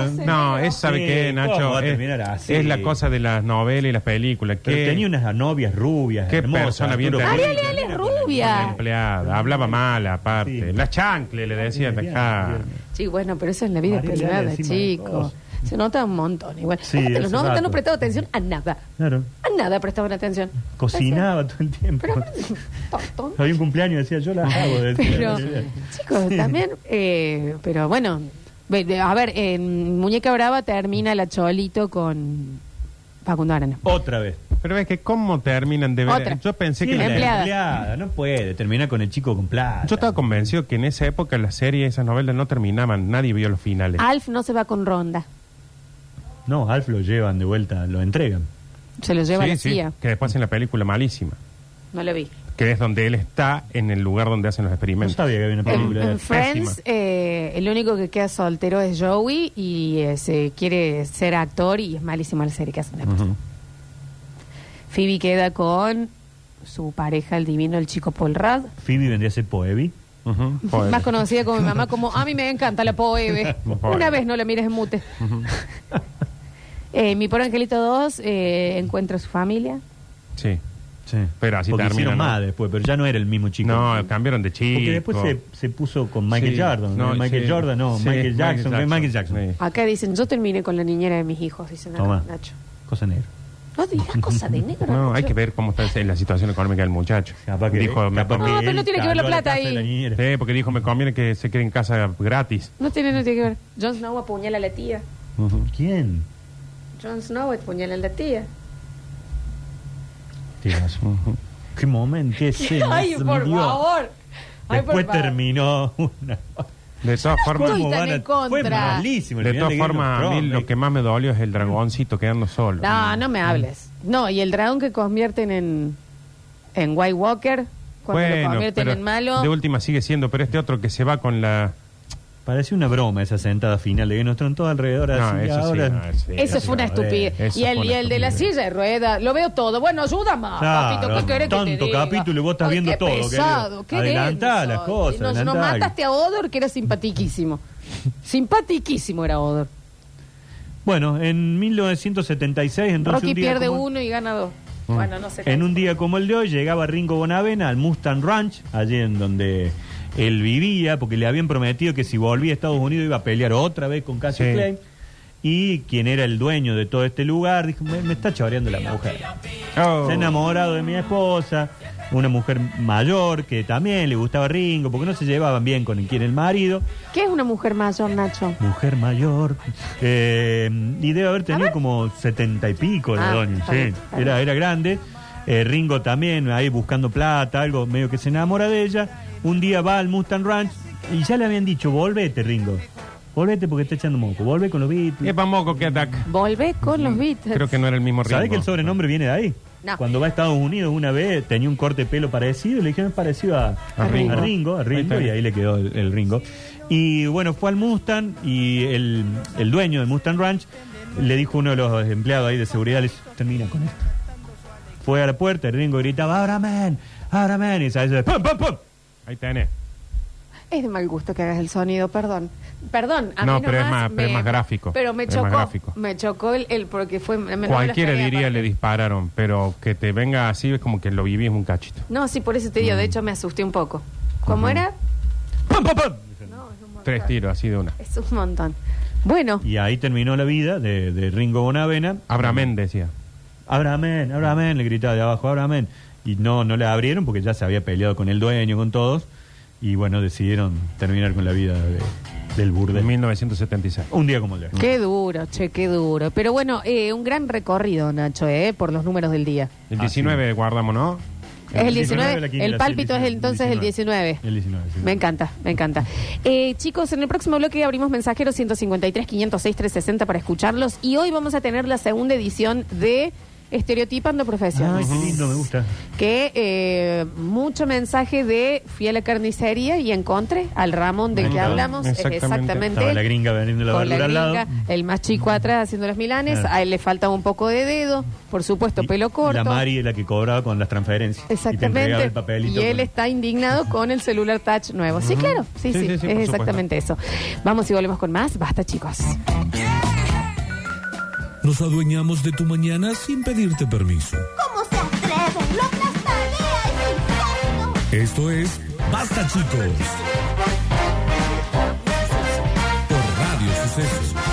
[SPEAKER 1] digas. José
[SPEAKER 3] No,
[SPEAKER 1] Negro.
[SPEAKER 3] es, ¿sabe
[SPEAKER 2] Sí,
[SPEAKER 3] qué,
[SPEAKER 2] ¿cómo
[SPEAKER 3] Nacho?
[SPEAKER 2] va a
[SPEAKER 3] Es,
[SPEAKER 2] terminar así?
[SPEAKER 3] es la cosa de las novelas y las películas.
[SPEAKER 2] Pero
[SPEAKER 3] que
[SPEAKER 2] tenía unas novias rubias.
[SPEAKER 3] qué
[SPEAKER 2] hermosas,
[SPEAKER 3] persona bien
[SPEAKER 2] Arturo
[SPEAKER 3] terrible.
[SPEAKER 2] Puig,
[SPEAKER 1] Ariel, Ariel es
[SPEAKER 2] era con la-
[SPEAKER 1] Ah, rubia.
[SPEAKER 2] con la empleada.
[SPEAKER 3] empleada, hablaba mal aparte.
[SPEAKER 2] Sí.
[SPEAKER 3] La chancle le decía,
[SPEAKER 2] Bien,
[SPEAKER 3] "Dejá".
[SPEAKER 2] bien.
[SPEAKER 1] Sí, bueno, pero eso es la vida
[SPEAKER 2] María Leal
[SPEAKER 1] privada,
[SPEAKER 2] encima de
[SPEAKER 1] chico.
[SPEAKER 2] todos.
[SPEAKER 1] Se nota un montón. Igual.
[SPEAKER 2] Sí,
[SPEAKER 1] Aparte, los
[SPEAKER 2] hace
[SPEAKER 1] 90 no
[SPEAKER 2] rato.
[SPEAKER 1] prestaba atención a nada.
[SPEAKER 2] Claro.
[SPEAKER 1] A nada prestaban atención.
[SPEAKER 2] Cocinaba todo el tiempo.
[SPEAKER 1] Pero aparte, tonto.
[SPEAKER 2] Había un cumpleaños, decía yo la hago. decía.
[SPEAKER 1] Pero, chicos, también, eh, pero bueno, ve- de- a ver, en Muñeca Brava termina la Cholito con Facundo Arana.
[SPEAKER 2] Otra vez.
[SPEAKER 3] Pero ves que cómo terminan de ver.
[SPEAKER 1] Otra.
[SPEAKER 3] Yo pensé que
[SPEAKER 2] Sí, la
[SPEAKER 3] la-
[SPEAKER 1] Empleada.
[SPEAKER 2] No puede terminar con el chico con plata.
[SPEAKER 3] yo estaba convencido que en esa época las series, esas novelas no terminaban, nadie vio los finales.
[SPEAKER 1] Alf no se va con Ronda,
[SPEAKER 2] No, Alf lo llevan de vuelta, lo entregan.
[SPEAKER 1] se lo lleva
[SPEAKER 3] Sí,
[SPEAKER 1] la
[SPEAKER 3] sí,
[SPEAKER 1] CIA.
[SPEAKER 3] que después en la película malísima,
[SPEAKER 1] No lo vi.
[SPEAKER 3] que es donde él está en el lugar donde hacen los
[SPEAKER 2] No
[SPEAKER 3] experimentos.
[SPEAKER 2] sabía que había una
[SPEAKER 1] En,
[SPEAKER 2] película.
[SPEAKER 1] en
[SPEAKER 2] de-
[SPEAKER 1] Friends, eh, el único que queda soltero es Joey y eh, se quiere ser actor y es malísimo la serie que hacen después.
[SPEAKER 3] Ujú.
[SPEAKER 1] Phoebe queda con su pareja, el divino, el chico Paul Rudd,
[SPEAKER 2] Phoebe vendría a ser Poevi.
[SPEAKER 3] Ujú, joder.
[SPEAKER 1] más conocida como mi mamá, como a mí me encanta la Poebe.
[SPEAKER 3] Poebe.
[SPEAKER 1] Una vez no la mires en mute. Eh, mi por Angelito 2 eh, encuentra a su familia.
[SPEAKER 3] Sí.
[SPEAKER 2] Sí.
[SPEAKER 3] Pero así
[SPEAKER 2] Porque
[SPEAKER 3] termina,
[SPEAKER 2] hicieron
[SPEAKER 3] ¿no?
[SPEAKER 2] más después, pero ya no era el mismo chico.
[SPEAKER 3] No, cambiaron de chico.
[SPEAKER 2] Porque después se, se puso con Michael
[SPEAKER 3] Sí.
[SPEAKER 2] Jordan.
[SPEAKER 3] No,
[SPEAKER 2] ¿no? Michael
[SPEAKER 3] sí.
[SPEAKER 2] Jordan, no,
[SPEAKER 3] Sí,
[SPEAKER 2] Michael
[SPEAKER 3] Michael
[SPEAKER 2] Jackson. ¿qué es Michael
[SPEAKER 3] Jackson?
[SPEAKER 2] Jackson.
[SPEAKER 1] Acá dicen, yo terminé con la niñera de mis hijos, dicen acá,
[SPEAKER 2] Toma.
[SPEAKER 1] Nacho.
[SPEAKER 2] Cosa negra.
[SPEAKER 1] No digas cosa de negro.
[SPEAKER 3] No, hay
[SPEAKER 1] Nacho.
[SPEAKER 3] que ver cómo está la situación económica del muchacho.
[SPEAKER 2] Capaz que-
[SPEAKER 3] dijo, me
[SPEAKER 2] capaz
[SPEAKER 3] conviene-
[SPEAKER 1] No, pero no
[SPEAKER 2] él
[SPEAKER 1] tiene que ver la
[SPEAKER 2] cayó a
[SPEAKER 1] plata
[SPEAKER 2] casa de
[SPEAKER 1] ahí.
[SPEAKER 2] la niñera.
[SPEAKER 3] Sí, porque dijo, me conviene que se quede en casa gratis.
[SPEAKER 1] No tiene, no tiene que ver. Jon Snow apuñala a la tía.
[SPEAKER 2] ¿Quién?
[SPEAKER 1] Jon Snow apuñala a la tía.
[SPEAKER 2] Dios. ¿Qué momento? ¿Qué escena?
[SPEAKER 1] Ay,
[SPEAKER 2] Dios.
[SPEAKER 1] por favor. Ay, por
[SPEAKER 2] Después
[SPEAKER 1] favor.
[SPEAKER 2] terminó una...
[SPEAKER 3] De todas formas,
[SPEAKER 1] Uy,
[SPEAKER 2] ¿Cómo
[SPEAKER 1] tan
[SPEAKER 2] van a-
[SPEAKER 1] en contra.
[SPEAKER 2] Fue malísimo. el
[SPEAKER 3] de
[SPEAKER 2] final
[SPEAKER 3] todas
[SPEAKER 2] Game of
[SPEAKER 3] formas, a mí
[SPEAKER 2] Thrones,
[SPEAKER 3] lo
[SPEAKER 2] ¿eh?
[SPEAKER 3] que más me dolió es el dragoncito quedando solo.
[SPEAKER 1] No, no me hables. No, y el dragón que convierten en, en White Walker, cuando lo convierten
[SPEAKER 3] pero
[SPEAKER 1] en malo.
[SPEAKER 3] de última sigue siendo, pero este otro que se va con la...
[SPEAKER 2] Parece una broma esa sentada final de Game of Thrones, todo alrededor
[SPEAKER 3] No,
[SPEAKER 2] así.
[SPEAKER 3] eso sí,
[SPEAKER 2] ahora...
[SPEAKER 3] no, eso sí.
[SPEAKER 1] Eso fue una
[SPEAKER 2] no, eh,
[SPEAKER 1] estupidez.
[SPEAKER 3] eso
[SPEAKER 1] Y el,
[SPEAKER 3] fue
[SPEAKER 1] y
[SPEAKER 3] una
[SPEAKER 1] el de la
[SPEAKER 3] estupidez.
[SPEAKER 1] silla de rueda, lo veo todo. Bueno, ayuda más,
[SPEAKER 2] Claro,
[SPEAKER 1] papito. ¿Qué querés que te
[SPEAKER 2] tanto
[SPEAKER 1] diga?
[SPEAKER 2] capítulo y vos estás
[SPEAKER 1] Ay,
[SPEAKER 2] viendo
[SPEAKER 1] qué
[SPEAKER 2] todo, querido.
[SPEAKER 1] pesado, qué
[SPEAKER 2] Adelantá
[SPEAKER 1] denso.
[SPEAKER 2] las cosas,
[SPEAKER 1] Y Nos, nos
[SPEAKER 2] adelantá.
[SPEAKER 1] mataste a Odor, que era simpatiquísimo. simpatiquísimo era Odor.
[SPEAKER 2] Bueno, en 1976, entonces.
[SPEAKER 1] Rocky
[SPEAKER 2] un día
[SPEAKER 1] pierde
[SPEAKER 2] como-
[SPEAKER 1] uno y gana dos. Bueno, no sé.
[SPEAKER 2] En un día como el de hoy llegaba Ringo Bonavena al Mustang Ranch, allí en donde él vivía, porque le habían prometido que si volvía a Estados Unidos iba a pelear otra vez con Cassius
[SPEAKER 3] Sí.
[SPEAKER 2] Clay. Y quien era el dueño de todo este lugar dijo, me, me está choreando la mujer.
[SPEAKER 3] Oh.
[SPEAKER 2] Se ha enamorado de mi esposa, una mujer mayor que también le gustaba Ringo, porque no se llevaban bien con quien el marido.
[SPEAKER 1] ¿Qué es una mujer mayor, Nacho?
[SPEAKER 2] Mujer mayor. eh, y debe haber
[SPEAKER 1] A
[SPEAKER 2] tenido
[SPEAKER 1] ver.
[SPEAKER 2] como setenta y pico de
[SPEAKER 1] Ah,
[SPEAKER 2] doña.
[SPEAKER 1] está
[SPEAKER 2] sí.
[SPEAKER 1] bien, está
[SPEAKER 2] era, era grande. Eh, Ringo también, ahí buscando plata, algo medio que se enamora de ella. Un día va al Mustang Ranch y ya le habían dicho, volvete, Ringo. Volvete porque está echando moco. Volve con los Beatles.
[SPEAKER 3] Oh, Epa moco que ataca.
[SPEAKER 1] Volvé con los Beatles.
[SPEAKER 3] Creo que no era el mismo ritmo.
[SPEAKER 2] ¿Sabés que el sobrenombre viene de ahí?
[SPEAKER 1] No.
[SPEAKER 2] Cuando va a Estados Unidos una vez tenía un corte de pelo parecido, le dijeron parecido a,
[SPEAKER 3] A Ringo.
[SPEAKER 2] a Ringo, a Ringo,
[SPEAKER 3] Ahí está.
[SPEAKER 2] y ahí le quedó el, el Ringo. Y bueno, fue al Mustang y el, el dueño del Mustang Ranch le dijo a uno de los empleados ahí de seguridad, le dijo, termina con esto. Fue a la puerta, el Ringo gritaba, ahora man, ahora man, y sale, ¡pum, pum, pum!
[SPEAKER 3] Ahí tenés.
[SPEAKER 1] Es de mal gusto que hagas el sonido, perdón. Perdón, a
[SPEAKER 3] No,
[SPEAKER 1] mí
[SPEAKER 3] pero es
[SPEAKER 1] nomás
[SPEAKER 3] más- pero es más gráfico.
[SPEAKER 1] Pero me
[SPEAKER 3] Es más
[SPEAKER 1] chocó.
[SPEAKER 3] gráfico.
[SPEAKER 1] Me chocó el, el- porque fue. me- no
[SPEAKER 3] Cualquiera
[SPEAKER 1] lo esperaba.
[SPEAKER 3] diría le dispararon, pero que te venga así es como que lo vivís un cachito.
[SPEAKER 1] No, sí, por eso te digo, de hecho me asusté un poco. ¿Cómo
[SPEAKER 3] Mm. Ujú.
[SPEAKER 1] era?
[SPEAKER 2] ¡Pum, pum, pum!
[SPEAKER 3] Tres tiros así de una.
[SPEAKER 1] Es un montón. Bueno,
[SPEAKER 2] Y ahí terminó la vida de, de Ringo Bonavena.
[SPEAKER 3] Abramén decía.
[SPEAKER 2] Abramen, Abramen, le gritaba de abajo, Abramen. Y no, no le abrieron porque ya se había peleado con el dueño, con todos. Y bueno, decidieron terminar con la vida de- del
[SPEAKER 3] De
[SPEAKER 2] burdel.
[SPEAKER 3] 1976.
[SPEAKER 2] Un día como el de hoy.
[SPEAKER 1] qué duro, che, qué duro. Pero bueno, eh, un gran recorrido, Nacho, eh, por los números del día.
[SPEAKER 3] El
[SPEAKER 2] Ah,
[SPEAKER 3] 19 guardamos, ¿no?
[SPEAKER 1] Es el 19,
[SPEAKER 2] la quinta,
[SPEAKER 1] el
[SPEAKER 2] sí,
[SPEAKER 1] pálpito es el- entonces el 19.
[SPEAKER 2] El 19, sí.
[SPEAKER 1] Me encanta, me encanta. Eh, chicos, en el próximo bloque abrimos mensajeros 153, 506, 360 para escucharlos. Y hoy vamos a tener la segunda edición de Estereotipando
[SPEAKER 2] Ay,
[SPEAKER 1] Profesiones.
[SPEAKER 2] qué lindo, me gusta.
[SPEAKER 1] Que eh, mucho mensaje de fui a la carnicería y encontré al Ramón del que
[SPEAKER 3] Exactamente.
[SPEAKER 1] hablamos. Es
[SPEAKER 3] Exactamente.
[SPEAKER 2] Estaba la
[SPEAKER 1] exactamente.
[SPEAKER 2] gringa vendiendo la
[SPEAKER 1] con la
[SPEAKER 2] verdura al lado.
[SPEAKER 1] gringa, el más chico atrás haciendo las milanes,
[SPEAKER 2] Claro.
[SPEAKER 1] a él le faltaba un poco de dedo, por supuesto,
[SPEAKER 2] Y
[SPEAKER 1] pelo corto.
[SPEAKER 2] La Mari es la que cobraba con las transferencias. Y te entregaba
[SPEAKER 1] Exactamente.
[SPEAKER 2] el papelito.
[SPEAKER 1] Y él
[SPEAKER 2] con-
[SPEAKER 1] está indignado con el celular touch nuevo. Sí, claro. Sí, sí.
[SPEAKER 3] Sí, sí, sí,
[SPEAKER 1] es
[SPEAKER 3] por
[SPEAKER 1] exactamente eso. Vamos y volvemos con más. Basta, chicos.
[SPEAKER 6] Nos adueñamos de tu mañana sin pedirte permiso.
[SPEAKER 7] ¿Cómo se atreven? ¡Lo aplastaré a ese infarto!
[SPEAKER 6] Esto es Basta Chicos. Por Radio Sucesos.